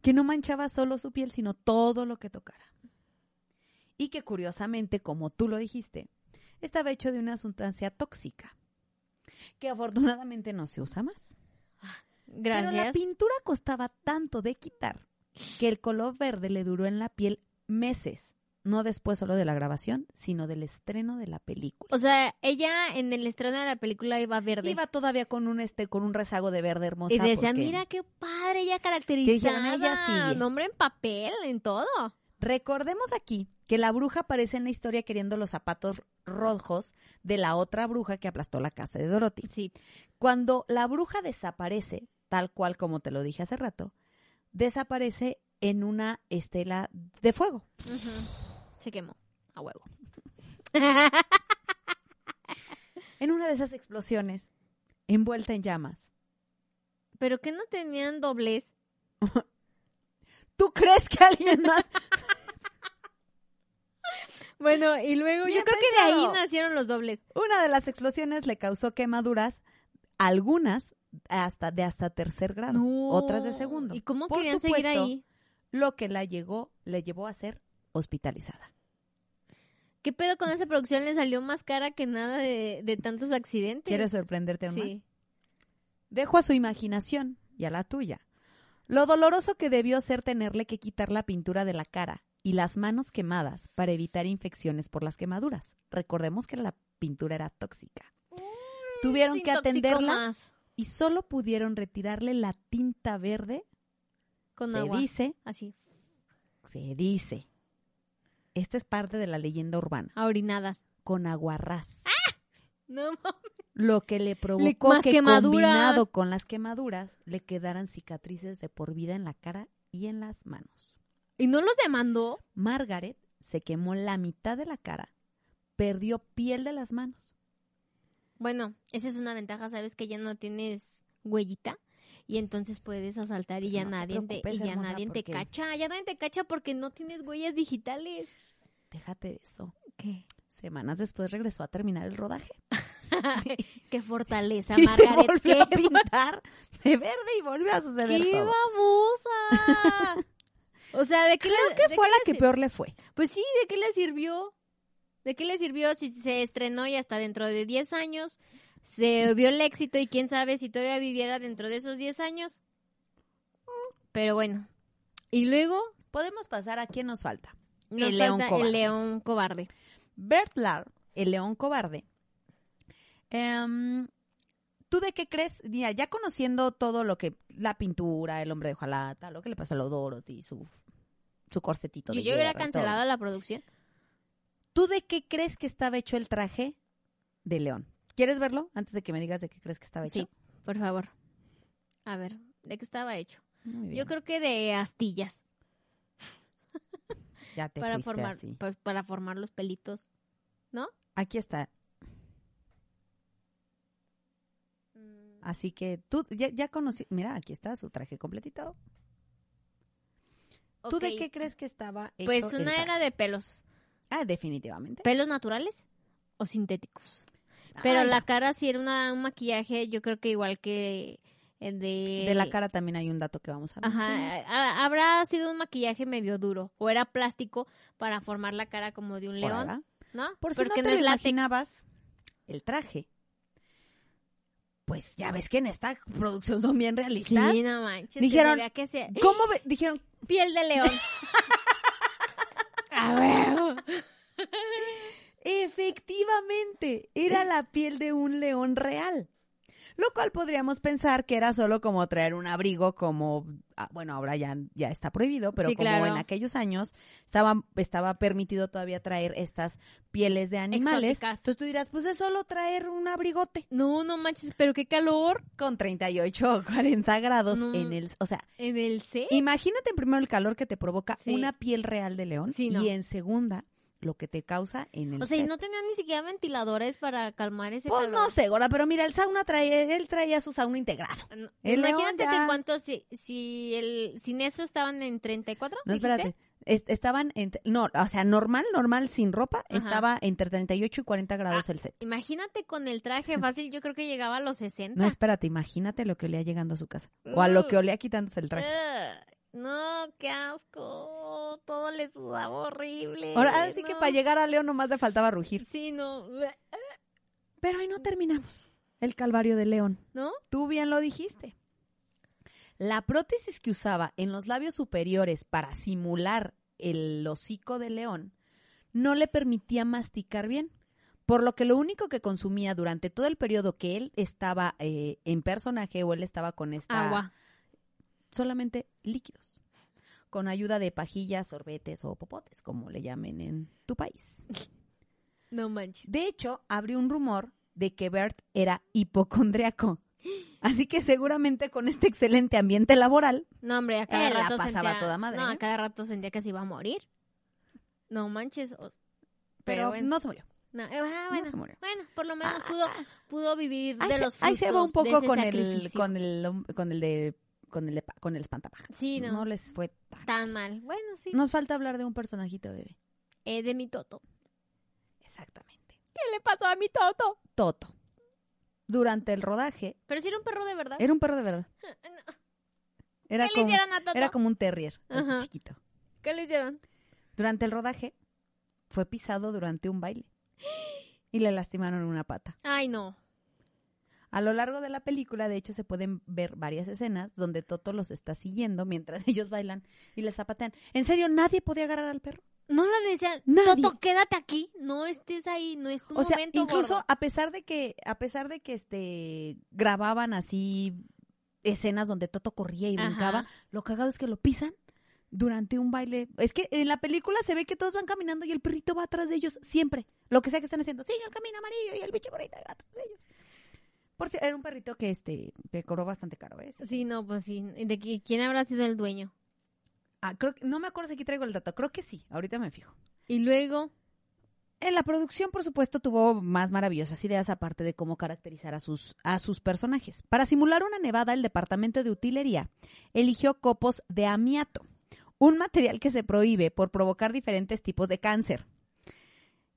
Speaker 1: que no manchaba solo su piel, sino todo lo que tocara. Y que curiosamente, como tú lo dijiste, estaba hecho de una sustancia tóxica, que afortunadamente no se usa más.
Speaker 2: Gracias.
Speaker 1: Pero la pintura costaba tanto de quitar que el color verde le duró en la piel meses. No después solo de la grabación, sino del estreno de la película.
Speaker 2: O sea, ella en el estreno de la película iba verde.
Speaker 1: Iba todavía con un este, con un rezago de verde hermosa.
Speaker 2: y decía,
Speaker 1: porque
Speaker 2: mira qué padre, ella
Speaker 1: Que dijeron,
Speaker 2: caracterizada.
Speaker 1: "Ella sigue".
Speaker 2: Nombre en papel, en todo.
Speaker 1: Recordemos aquí que la bruja aparece en la historia queriendo los zapatos rojos de la otra bruja que aplastó la casa de Dorothy.
Speaker 2: Sí.
Speaker 1: Cuando la bruja desaparece, tal cual como te lo dije hace rato, desaparece en una estela de fuego.
Speaker 2: Ujú. Se quemó. A huevo.
Speaker 1: en una de esas explosiones, envuelta en llamas.
Speaker 2: Pero que no tenían doblez.
Speaker 1: ¿Tú crees que alguien más?
Speaker 2: Bueno, y luego
Speaker 1: Bien
Speaker 2: yo creo que de ahí
Speaker 1: pensado.
Speaker 2: nacieron los dobles.
Speaker 1: una de las explosiones le causó quemaduras, algunas hasta de hasta tercer grado, otras de segundo.
Speaker 2: ¿Y cómo
Speaker 1: Por
Speaker 2: querían seguir
Speaker 1: supuesto,
Speaker 2: ahí?
Speaker 1: Lo que la llegó, le llevó a ser hospitalizada.
Speaker 2: ¿Qué pedo con esa producción? Le salió más cara que nada de, de tantos accidentes.
Speaker 1: ¿Quieres sorprenderte aún más?
Speaker 2: Sí.
Speaker 1: Dejo a su imaginación y a la tuya. Lo doloroso que debió ser tenerle que quitar la pintura de la cara y las manos quemadas para evitar infecciones por las quemaduras. Recordemos que la pintura era tóxica. Tuvieron
Speaker 2: Sin
Speaker 1: que atenderla
Speaker 2: toxicomas,
Speaker 1: y solo pudieron retirarle la tinta verde.
Speaker 2: Con
Speaker 1: se
Speaker 2: agua.
Speaker 1: dice,
Speaker 2: Así,
Speaker 1: se dice. Esta es parte de la leyenda urbana.
Speaker 2: a orinadas.
Speaker 1: Con aguarrás.
Speaker 2: No
Speaker 1: Lo que le provocó
Speaker 2: más
Speaker 1: que
Speaker 2: quemaduras.
Speaker 1: combinado con las quemaduras le quedaran cicatrices de por vida en la cara y en las manos.
Speaker 2: ¿Y no los demandó?
Speaker 1: Margaret se quemó la mitad de la cara, perdió piel de las manos.
Speaker 2: Bueno, esa es una ventaja, sabes que ya no tienes huellita y entonces puedes asaltar y ya
Speaker 1: No te
Speaker 2: nadie te,
Speaker 1: preocupes,
Speaker 2: y ya
Speaker 1: hermosa,
Speaker 2: nadie te
Speaker 1: porque-
Speaker 2: cacha, ya nadie te cacha porque no tienes huellas digitales.
Speaker 1: Déjate de eso.
Speaker 2: ¿Qué?
Speaker 1: Semanas después regresó a terminar el rodaje.
Speaker 2: Qué fortaleza,
Speaker 1: y se
Speaker 2: Margaret.
Speaker 1: volvió
Speaker 2: Qué,
Speaker 1: a pintar de verde y volvió a suceder
Speaker 2: qué
Speaker 1: todo.
Speaker 2: babosa. O sea, ¿de qué le,
Speaker 1: ¿Qué
Speaker 2: de
Speaker 1: fue
Speaker 2: qué
Speaker 1: la
Speaker 2: le
Speaker 1: que
Speaker 2: sir-
Speaker 1: peor le fue?
Speaker 2: Pues sí, ¿de qué le sirvió? ¿De qué le sirvió si se estrenó y hasta dentro de 10 años se vio el éxito y quién sabe si todavía viviera dentro de esos 10 años? Pero bueno. Y luego
Speaker 1: Podemos pasar a quién nos falta.
Speaker 2: nos
Speaker 1: El león
Speaker 2: falta
Speaker 1: cobarde.
Speaker 2: el león cobarde.
Speaker 1: Bertlar, el león cobarde. Em, ¿Tú de qué crees? Mira, ya conociendo todo lo que la pintura, el hombre de hojalata, lo que le pasó a la Dorothy, su, su corsetito
Speaker 2: Yo,
Speaker 1: de
Speaker 2: yo hubiera
Speaker 1: hierro y todo.
Speaker 2: cancelado la producción.
Speaker 1: ¿Tú de qué crees que estaba hecho el traje de león? ¿Quieres verlo antes de que me digas de qué crees que estaba hecho?
Speaker 2: Sí, por favor. A ver, ¿de qué estaba hecho?
Speaker 1: Muy bien.
Speaker 2: Yo creo que de astillas.
Speaker 1: Ya te
Speaker 2: para
Speaker 1: fuiste
Speaker 2: formar,
Speaker 1: así.
Speaker 2: pues para formar los pelitos.
Speaker 1: Aquí está. Así que tú ya, ya conocí. Mira, aquí está su traje completito. ¿Tú de
Speaker 2: Ok,
Speaker 1: qué crees que estaba hecho?
Speaker 2: Pues
Speaker 1: el
Speaker 2: una era
Speaker 1: traje?
Speaker 2: de pelos,
Speaker 1: Ah, definitivamente.
Speaker 2: pelos naturales o sintéticos. Pero
Speaker 1: Ay,
Speaker 2: la cara sí era una, un maquillaje, yo creo que igual que el de
Speaker 1: De la cara también hay un dato que vamos a ver.
Speaker 2: Ajá, a- habrá sido un maquillaje medio duro o era plástico para formar la cara como de un
Speaker 1: Por,
Speaker 2: león,
Speaker 1: ahora.
Speaker 2: ¿no?
Speaker 1: Por si no te lo
Speaker 2: látex.
Speaker 1: imaginabas, el traje. Pues ya ves que en esta producción son bien realistas.
Speaker 2: Sí, no manches. que se
Speaker 1: Dijeron-
Speaker 2: vea que sea- "Eh,
Speaker 1: ¿Cómo ve- dijeron?
Speaker 2: piel de león. a huevo.
Speaker 1: Efectivamente,
Speaker 2: ¿Eh?
Speaker 1: era la piel de un león real. Lo cual podríamos pensar que era solo como traer un abrigo, como, ah, bueno, ahora ya, ya está prohibido, pero
Speaker 2: Sí,
Speaker 1: como
Speaker 2: claro.
Speaker 1: en aquellos años estaba, estaba permitido todavía traer estas pieles de animales.
Speaker 2: Exóticas.
Speaker 1: Entonces tú dirás, pues es solo traer un abrigote
Speaker 2: No, no manches, pero qué calor
Speaker 1: con 38 o 40 grados
Speaker 2: No.
Speaker 1: en el... O sea,
Speaker 2: en el C.
Speaker 1: imagínate en primero el calor que te provoca
Speaker 2: ¿Eh? Sí.
Speaker 1: una piel real de león
Speaker 2: Sí,
Speaker 1: y
Speaker 2: no.
Speaker 1: en segunda lo que te causa en el...
Speaker 2: O sea, y
Speaker 1: set.
Speaker 2: no tenían ni siquiera ventiladores para calmar ese
Speaker 1: Pues
Speaker 2: calor.
Speaker 1: no sé, gorda, pero mira, el sauna trae, él traía su sauna integrado.
Speaker 2: No,
Speaker 1: El león
Speaker 2: Imagínate
Speaker 1: ya-
Speaker 2: que cuánto si, si el sin eso estaban en 34,
Speaker 1: No,
Speaker 2: dijiste?
Speaker 1: espérate. Est- estaban, en- no, o sea, normal, normal, sin ropa,
Speaker 2: Ajá. Ah,
Speaker 1: estaba entre 38 y 40 grados el set.
Speaker 2: Imagínate con el traje fácil, yo creo que llegaba a los 60.
Speaker 1: No, espérate, imagínate lo que olía llegando a su casa. O a
Speaker 2: Uh.
Speaker 1: lo que olía quitándose el traje.
Speaker 2: Ugh, no, qué asco. Todo le sudaba horrible.
Speaker 1: Ahora, ahora sí que
Speaker 2: no.
Speaker 1: para llegar a León nomás le faltaba rugir.
Speaker 2: Sí, no.
Speaker 1: Pero ahí no terminamos. El calvario de León.
Speaker 2: ¿No?
Speaker 1: Tú bien lo dijiste. La prótesis que usaba en los labios superiores para simular el hocico de león no le permitía masticar bien, por lo que lo único que consumía durante todo el periodo que él estaba eh, en personaje o él estaba con esta
Speaker 2: Agua.
Speaker 1: solamente líquidos, con ayuda de pajillas, sorbetes o popotes, como le llamen en tu país.
Speaker 2: No manches.
Speaker 1: De hecho, abrió un rumor de que Bert era hipocondriaco. Así que seguramente con este excelente ambiente laboral,
Speaker 2: No, hombre, a cada
Speaker 1: Él la
Speaker 2: rato
Speaker 1: pasaba
Speaker 2: sentía-
Speaker 1: toda madre, ¿eh?
Speaker 2: No, a
Speaker 1: ¿no?
Speaker 2: cada rato sentía que se iba a morir. No manches. o-
Speaker 1: pero
Speaker 2: bueno.
Speaker 1: no se murió.
Speaker 2: No, eh, ah,
Speaker 1: no
Speaker 2: bueno,
Speaker 1: se murió.
Speaker 2: bueno, por lo menos
Speaker 1: Ah,
Speaker 2: pudo, pudo vivir
Speaker 1: Ahí
Speaker 2: de
Speaker 1: se-
Speaker 2: los frutos
Speaker 1: ahí se va un
Speaker 2: de
Speaker 1: poco
Speaker 2: ese
Speaker 1: con el,
Speaker 2: sacrificio.
Speaker 1: con el con el de con el de pa- con el espantapajas.
Speaker 2: Sí, no,
Speaker 1: No les fue tan.
Speaker 2: tan mal. Bueno, sí,
Speaker 1: Nos falta hablar de un personajito bebé.
Speaker 2: eh, de mi Toto.
Speaker 1: Exactamente.
Speaker 2: ¿Qué le pasó a mi Toto?
Speaker 1: Toto. Durante el rodaje
Speaker 2: Pero si era un perro de verdad.
Speaker 1: era un perro de verdad.
Speaker 2: No,
Speaker 1: Era
Speaker 2: ¿Qué le
Speaker 1: como
Speaker 2: hicieron a Toto?
Speaker 1: era como un terrier, así
Speaker 2: Ajá.
Speaker 1: chiquito.
Speaker 2: ¿Qué le hicieron?
Speaker 1: Durante el rodaje fue pisado durante un baile y le lastimaron una pata.
Speaker 2: Ay, no.
Speaker 1: A lo largo de la película, de hecho, se pueden ver varias escenas donde Toto los está siguiendo mientras ellos bailan y les zapatean. ¿En serio nadie podía agarrar al perro?
Speaker 2: No lo decían.
Speaker 1: Nadie.
Speaker 2: Toto, quédate aquí. No estés ahí. No es tu
Speaker 1: o sea,
Speaker 2: momento.
Speaker 1: incluso
Speaker 2: gordo.
Speaker 1: a pesar de que a pesar de que este grababan así escenas donde Toto corría y
Speaker 2: Ajá.
Speaker 1: brincaba, lo cagado es que lo pisan durante un baile. Es que en la película se ve que todos van caminando y el perrito va atrás de ellos siempre. Lo que sea que estén haciendo, sigue el camino amarillo y el bicho bonito va atrás de ellos. Por si era un perrito que este que cobró bastante caro, ¿eh?
Speaker 2: Sí, no, pues sí. ¿De qui- quién habrá sido el dueño?
Speaker 1: Ah, creo que- no me acuerdo si aquí traigo el dato, creo que sí, ahorita me fijo.
Speaker 2: Y luego.
Speaker 1: En la producción, por supuesto, tuvo más maravillosas ideas aparte de cómo caracterizar a sus, a sus personajes. Para simular una nevada, el departamento de utilería eligió copos de amiato, un material que se prohíbe por provocar diferentes tipos de cáncer.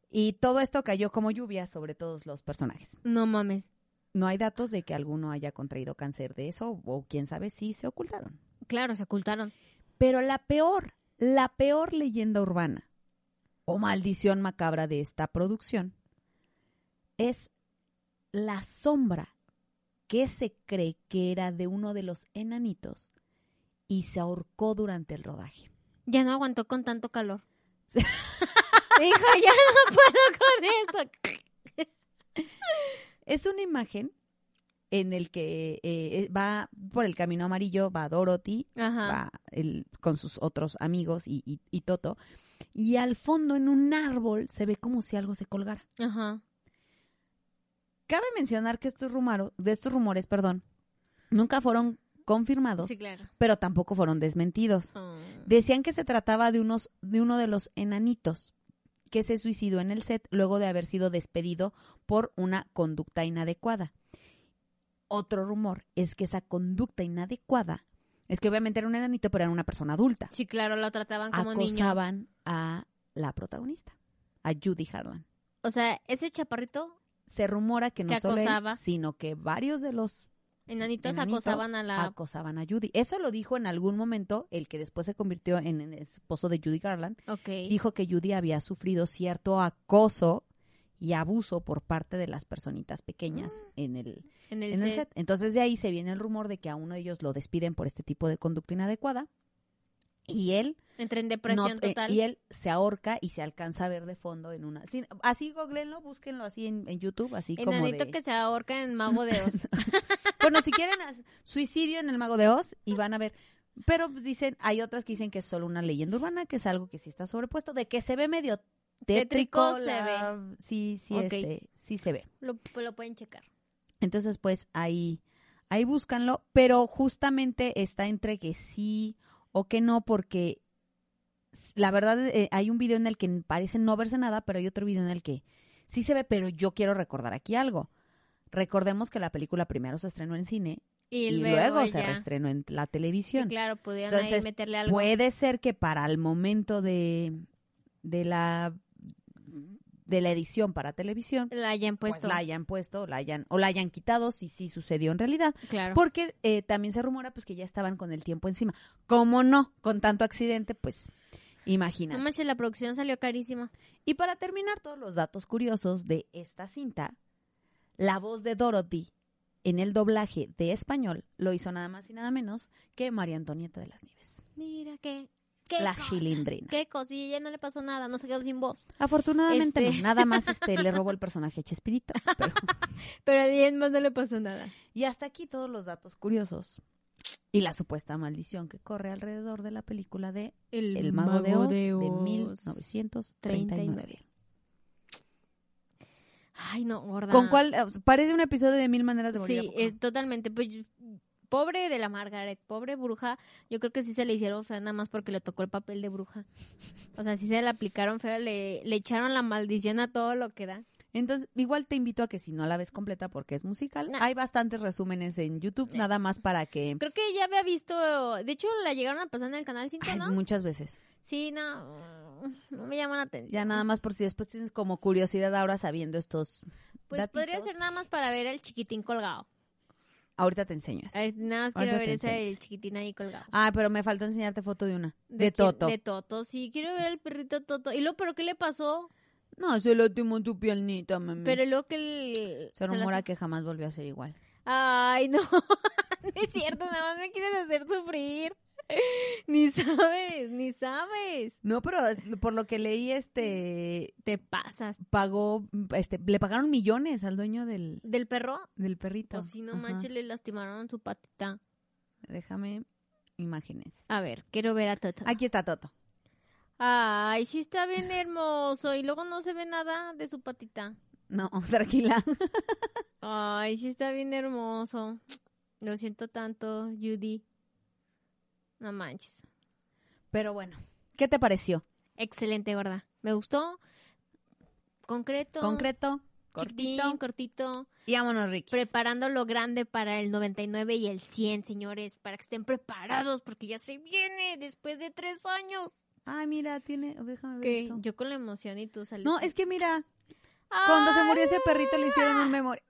Speaker 1: Y todo esto cayó como lluvia sobre todos los personajes.
Speaker 2: No mames.
Speaker 1: No hay datos de que alguno haya contraído cáncer de eso o quién sabe si se ocultaron.
Speaker 2: Claro, se ocultaron.
Speaker 1: Pero la peor, la peor leyenda urbana o maldición macabra de esta producción es la sombra que se cree que era de uno de los enanitos y se ahorcó durante el rodaje.
Speaker 2: Ya no aguantó con tanto calor. Dijo, ya no puedo con esto.
Speaker 1: Es una imagen en el que eh, eh, va por el camino amarillo, va Dorothy,
Speaker 2: Ajá.
Speaker 1: va el- con sus otros amigos y- y- y Toto, y al fondo en un árbol se ve como si algo se colgara.
Speaker 2: Ajá.
Speaker 1: Cabe mencionar que estos, rumaro- de estos rumores perdón, nunca fueron confirmados,
Speaker 2: Sí, claro.
Speaker 1: pero tampoco fueron desmentidos. Decían que se trataba de, unos, de uno de los enanitos que se suicidó en el set luego de haber sido despedido por una conducta inadecuada. Otro rumor es que esa conducta inadecuada es que obviamente era un enanito, pero era una persona adulta.
Speaker 2: Sí, claro, lo trataban como niño.
Speaker 1: Acosaban a la protagonista, a Judy Harlan.
Speaker 2: O sea, ese chaparrito,
Speaker 1: Se rumora que no
Speaker 2: Que
Speaker 1: solo él,
Speaker 2: acosaba.
Speaker 1: sino que varios de los
Speaker 2: enanitos,
Speaker 1: enanitos ah,
Speaker 2: acosaban a la...
Speaker 1: acosaban a Judy. Eso lo dijo en algún momento el que después se convirtió en el esposo de Judy Garland.
Speaker 2: ok.
Speaker 1: Dijo que Judy había sufrido cierto acoso y abuso por parte de las personitas pequeñas en el,
Speaker 2: en Ah, el
Speaker 1: en el
Speaker 2: set.
Speaker 1: set. Entonces de ahí se viene el rumor de que a uno de ellos lo despiden por este tipo de conducta inadecuada. Y él,
Speaker 2: Entré en
Speaker 1: no-
Speaker 2: depresión
Speaker 1: eh,
Speaker 2: total.
Speaker 1: y él se ahorca y se alcanza a ver de fondo en una... sí, así googleenlo, búsquenlo así en, en YouTube, así como
Speaker 2: Enanito
Speaker 1: de-
Speaker 2: que se ahorca en Mago de Oz.
Speaker 1: Bueno, si quieren haz- suicidio en el Mago de Oz y van a ver. Pero pues, dicen, hay otras que dicen que es solo una leyenda urbana, que es algo que sí está sobrepuesto, de que se ve medio tétrico.
Speaker 2: Tétrico se
Speaker 1: ve. Sí, sí,
Speaker 2: Ok.
Speaker 1: este, sí se ve.
Speaker 2: lo, pues, lo pueden checar.
Speaker 1: Entonces, pues ahí, ahí búscanlo, pero justamente está entre que sí o que no, porque s- la verdad eh, hay un video en el que parece no verse nada, pero hay otro video en el que sí se ve, pero yo quiero recordar aquí algo. Recordemos que la película primero se estrenó en cine
Speaker 2: Y,
Speaker 1: y,
Speaker 2: luego,
Speaker 1: luego, se
Speaker 2: ya.
Speaker 1: reestrenó en la
Speaker 2: Sí,
Speaker 1: televisión.
Speaker 2: claro, pudieron ahí
Speaker 1: Entonces, pues,
Speaker 2: meterle algo.
Speaker 1: Puede ser que para el momento de, de la de la edición para televisión
Speaker 2: la hayan
Speaker 1: pues,
Speaker 2: puesto.
Speaker 1: la hayan puesto, la hayan o la hayan quitado si sí sucedió en realidad,
Speaker 2: claro.
Speaker 1: porque eh, también se rumora pues que ya estaban con el tiempo encima. Como no, con tanto accidente, pues
Speaker 2: No
Speaker 1: imagina.
Speaker 2: manches, la producción salió carísima.
Speaker 1: Y para terminar todos los datos curiosos de esta cinta, la voz de Dorothy en el doblaje de español lo hizo nada más y nada menos que María Antonieta de las Nieves.
Speaker 2: Mira qué. qué
Speaker 1: la
Speaker 2: cosas,
Speaker 1: chilindrina.
Speaker 2: Qué cosa, y ella no le pasó nada, no se quedó sin voz.
Speaker 1: Afortunadamente
Speaker 2: Este-
Speaker 1: no, nada más este le robó el personaje a Chespirito. pero-
Speaker 2: Pero a alguien más no le pasó nada.
Speaker 1: Y hasta aquí todos los datos curiosos y la supuesta maldición que corre alrededor de la película de
Speaker 2: El,
Speaker 1: El Mago, de, Oz de,
Speaker 2: Oz.
Speaker 1: 1939.
Speaker 2: Ay, no, gorda.
Speaker 1: ¿Con cuál? eh, Parece un episodio de Mil Maneras de Morir. ¿a
Speaker 2: Sí,
Speaker 1: poco no?
Speaker 2: es totalmente. Pues yo- pobre de la Margaret, pobre bruja. Yo creo que sí se le hicieron feo nada más porque le tocó el papel de bruja. O sea, sí se le aplicaron feo, le, le echaron la maldición a todo lo que da.
Speaker 1: Entonces, igual te invito a que si no la ves completa porque es musical,
Speaker 2: Nah.
Speaker 1: hay bastantes resúmenes en YouTube, nada más para que...
Speaker 2: Creo que ya había visto, de hecho la llegaron a pasar en el canal 5,
Speaker 1: Ay,
Speaker 2: ¿no?
Speaker 1: Muchas veces.
Speaker 2: Sí, no, no me llama la atención.
Speaker 1: Ya nada más por si después tienes como curiosidad ahora sabiendo estos...
Speaker 2: Pues podría
Speaker 1: datitos.
Speaker 2: ser nada más para ver el chiquitín colgado.
Speaker 1: Ahorita te enseño. eso.
Speaker 2: A ver, nada más
Speaker 1: Ahorita
Speaker 2: quiero
Speaker 1: te
Speaker 2: ver ese
Speaker 1: enseño.
Speaker 2: del chiquitín ahí colgado.
Speaker 1: Ah, pero me faltó enseñarte foto de una. De,
Speaker 2: quién?
Speaker 1: Toto.
Speaker 2: De Toto, sí, quiero ver el perrito Toto. ¿Y luego, pero qué le pasó?
Speaker 1: No, se lo timó tu piernita, mami.
Speaker 2: Pero luego que el...
Speaker 1: Mm. se
Speaker 2: las-
Speaker 1: rumora que jamás volvió a ser igual.
Speaker 2: Ay, no, no es cierto, nada más me quieres hacer sufrir. Ni sabes, ni sabes.
Speaker 1: No, pero por lo que leí, este
Speaker 2: Te pasas.
Speaker 1: pagó, este, le pagaron millones al dueño del,
Speaker 2: ¿Del perro?
Speaker 1: del perrito.
Speaker 2: Pues si no
Speaker 1: Ajá.
Speaker 2: manches, le lastimaron su patita.
Speaker 1: Déjame imágenes.
Speaker 2: A ver, quiero ver a Toto.
Speaker 1: Aquí está Toto.
Speaker 2: Ay, sí está bien hermoso. Y luego no se ve nada de su patita.
Speaker 1: No, tranquila.
Speaker 2: Ay, sí está bien hermoso. Lo siento tanto, Judy. No manches.
Speaker 1: Pero bueno, ¿qué te pareció?
Speaker 2: Excelente, gorda. Me gustó. Concreto.
Speaker 1: Concreto,
Speaker 2: Chiquitín,
Speaker 1: cortito.
Speaker 2: cortito.
Speaker 1: Y vámonos, Ricky.
Speaker 2: Preparando lo grande para el 99 y el 100, señores. Para que estén preparados, porque ya se viene después de tres años.
Speaker 1: Ay, mira, tiene, déjame ver
Speaker 2: Que
Speaker 1: esto.
Speaker 2: Yo con la emoción y tú saliste.
Speaker 1: No, es que mira, cuando se murió ese perrito le hicieron
Speaker 2: Ah.
Speaker 1: un memoria.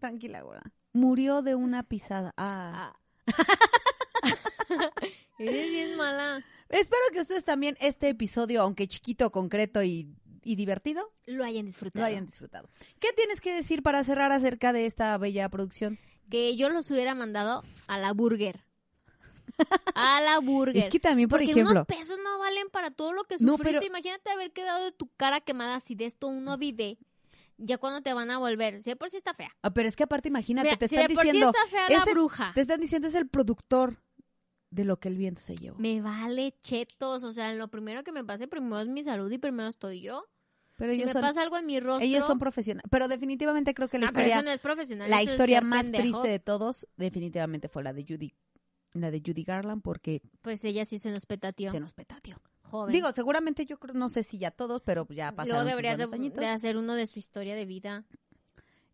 Speaker 1: Tranquila, gorda. Murió de una pisada. Ah.
Speaker 2: Ah. Eres bien mala.
Speaker 1: Espero que ustedes también este episodio, aunque chiquito, concreto y, y divertido,
Speaker 2: Lo hayan disfrutado.
Speaker 1: lo hayan disfrutado. ¿Qué tienes que decir para cerrar acerca de esta bella producción?
Speaker 2: Que yo los hubiera mandado a la burger. A la burger.
Speaker 1: Es que también, por
Speaker 2: Porque
Speaker 1: ejemplo,
Speaker 2: unos pesos no valen para todo lo que sufriste.
Speaker 1: No, pero-
Speaker 2: Imagínate haber quedado de tu cara quemada si de esto uno vive. Ya cuando te van a volver. Si de por sí está fea.
Speaker 1: ah, pero es que aparte imagínate,
Speaker 2: Mira,
Speaker 1: te
Speaker 2: si
Speaker 1: están
Speaker 2: de por
Speaker 1: diciendo,
Speaker 2: sí está fea
Speaker 1: ese-
Speaker 2: la bruja.
Speaker 1: te están diciendo es el productor de lo que el viento se llevó.
Speaker 2: Me vale chetos. O sea, lo primero que me pase primero es mi salud y primero estoy yo.
Speaker 1: Pero
Speaker 2: si
Speaker 1: ellos
Speaker 2: me
Speaker 1: son,
Speaker 2: pasa algo en mi rostro.
Speaker 1: ellos son profesionales. Pero definitivamente creo que la
Speaker 2: Ah, pero
Speaker 1: historia,
Speaker 2: eso no es profesional,
Speaker 1: la
Speaker 2: eso es
Speaker 1: historia
Speaker 2: ser
Speaker 1: más
Speaker 2: pendejo.
Speaker 1: triste de todos, definitivamente fue la de Judy la de Judy Garland, porque
Speaker 2: Pues ella sí se nos petateó.
Speaker 1: se nos petateó.
Speaker 2: Joven.
Speaker 1: Digo, seguramente yo creo, no sé si ya todos, pero ya
Speaker 2: Luego
Speaker 1: pasaron sus
Speaker 2: deberías de,
Speaker 1: buenos añitos.
Speaker 2: de hacer uno de su historia de vida.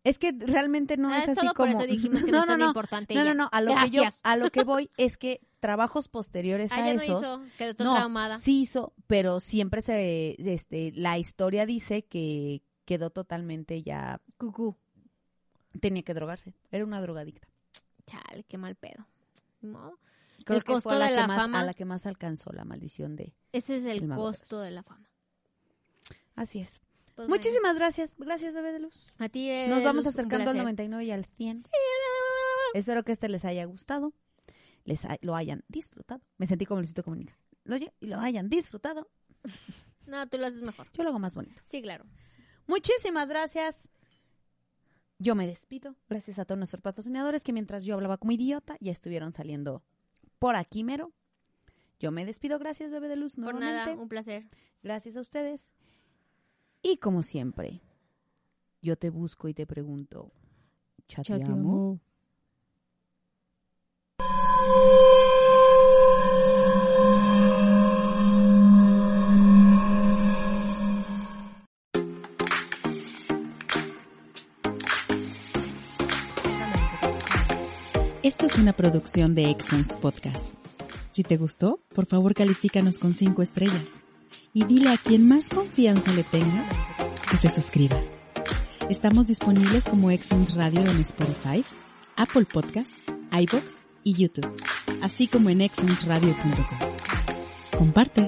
Speaker 1: Es que realmente no
Speaker 2: Ah,
Speaker 1: es así
Speaker 2: solo por
Speaker 1: como
Speaker 2: eso dijimos que no, es tan importante.
Speaker 1: No,
Speaker 2: ella.
Speaker 1: no, no, a lo que yo
Speaker 2: Gracias.
Speaker 1: a lo que voy es que trabajos posteriores
Speaker 2: Ah,
Speaker 1: a
Speaker 2: ella no
Speaker 1: esos
Speaker 2: hizo, quedó toda
Speaker 1: No,
Speaker 2: traumada.
Speaker 1: sí hizo, pero siempre se este la historia dice que quedó totalmente ya
Speaker 2: Cucú.
Speaker 1: tenía que drogarse, era una drogadicta.
Speaker 2: Chale, qué mal pedo. Ni modo.
Speaker 1: Creo
Speaker 2: El
Speaker 1: que
Speaker 2: costo
Speaker 1: fue a la
Speaker 2: de
Speaker 1: que
Speaker 2: la
Speaker 1: más,
Speaker 2: fama.
Speaker 1: a la que más alcanzó la maldición de.
Speaker 2: Ese es el,
Speaker 1: El mago de
Speaker 2: costo
Speaker 1: Oz.
Speaker 2: de la fama.
Speaker 1: Así es.
Speaker 2: Pues bueno,
Speaker 1: Muchísimas gracias, gracias bebé de luz.
Speaker 2: A ti eh,
Speaker 1: Nos vamos
Speaker 2: Luz, un
Speaker 1: acercando al
Speaker 2: placer.
Speaker 1: 99 y al 100. Espero que este les haya gustado, les ha- lo hayan disfrutado. Me sentí como Luisito Comunica. Lo, oye, y lo hayan disfrutado.
Speaker 2: No, tú lo haces mejor.
Speaker 1: Yo lo hago más bonito.
Speaker 2: Sí, claro.
Speaker 1: Muchísimas gracias. Yo me despido. Gracias a todos nuestros patrocinadores que mientras yo hablaba como idiota ya estuvieron saliendo por aquí mero. Yo me despido. Gracias, bebé de luz.
Speaker 2: Por
Speaker 1: Nuevamente.
Speaker 2: nada, un placer.
Speaker 1: Gracias a ustedes. Y como siempre, yo te busco y te pregunto, ¿chateamos?
Speaker 3: Esto es una producción de Excellence Podcast. Si te gustó, por favor califícanos con 5 estrellas y dile a quien más confianza le tengas que se suscriba. Estamos disponibles como Excellence Radio en Spotify, Apple Podcast, iBox y YouTube, así como en excellenceradio.com. Comparte.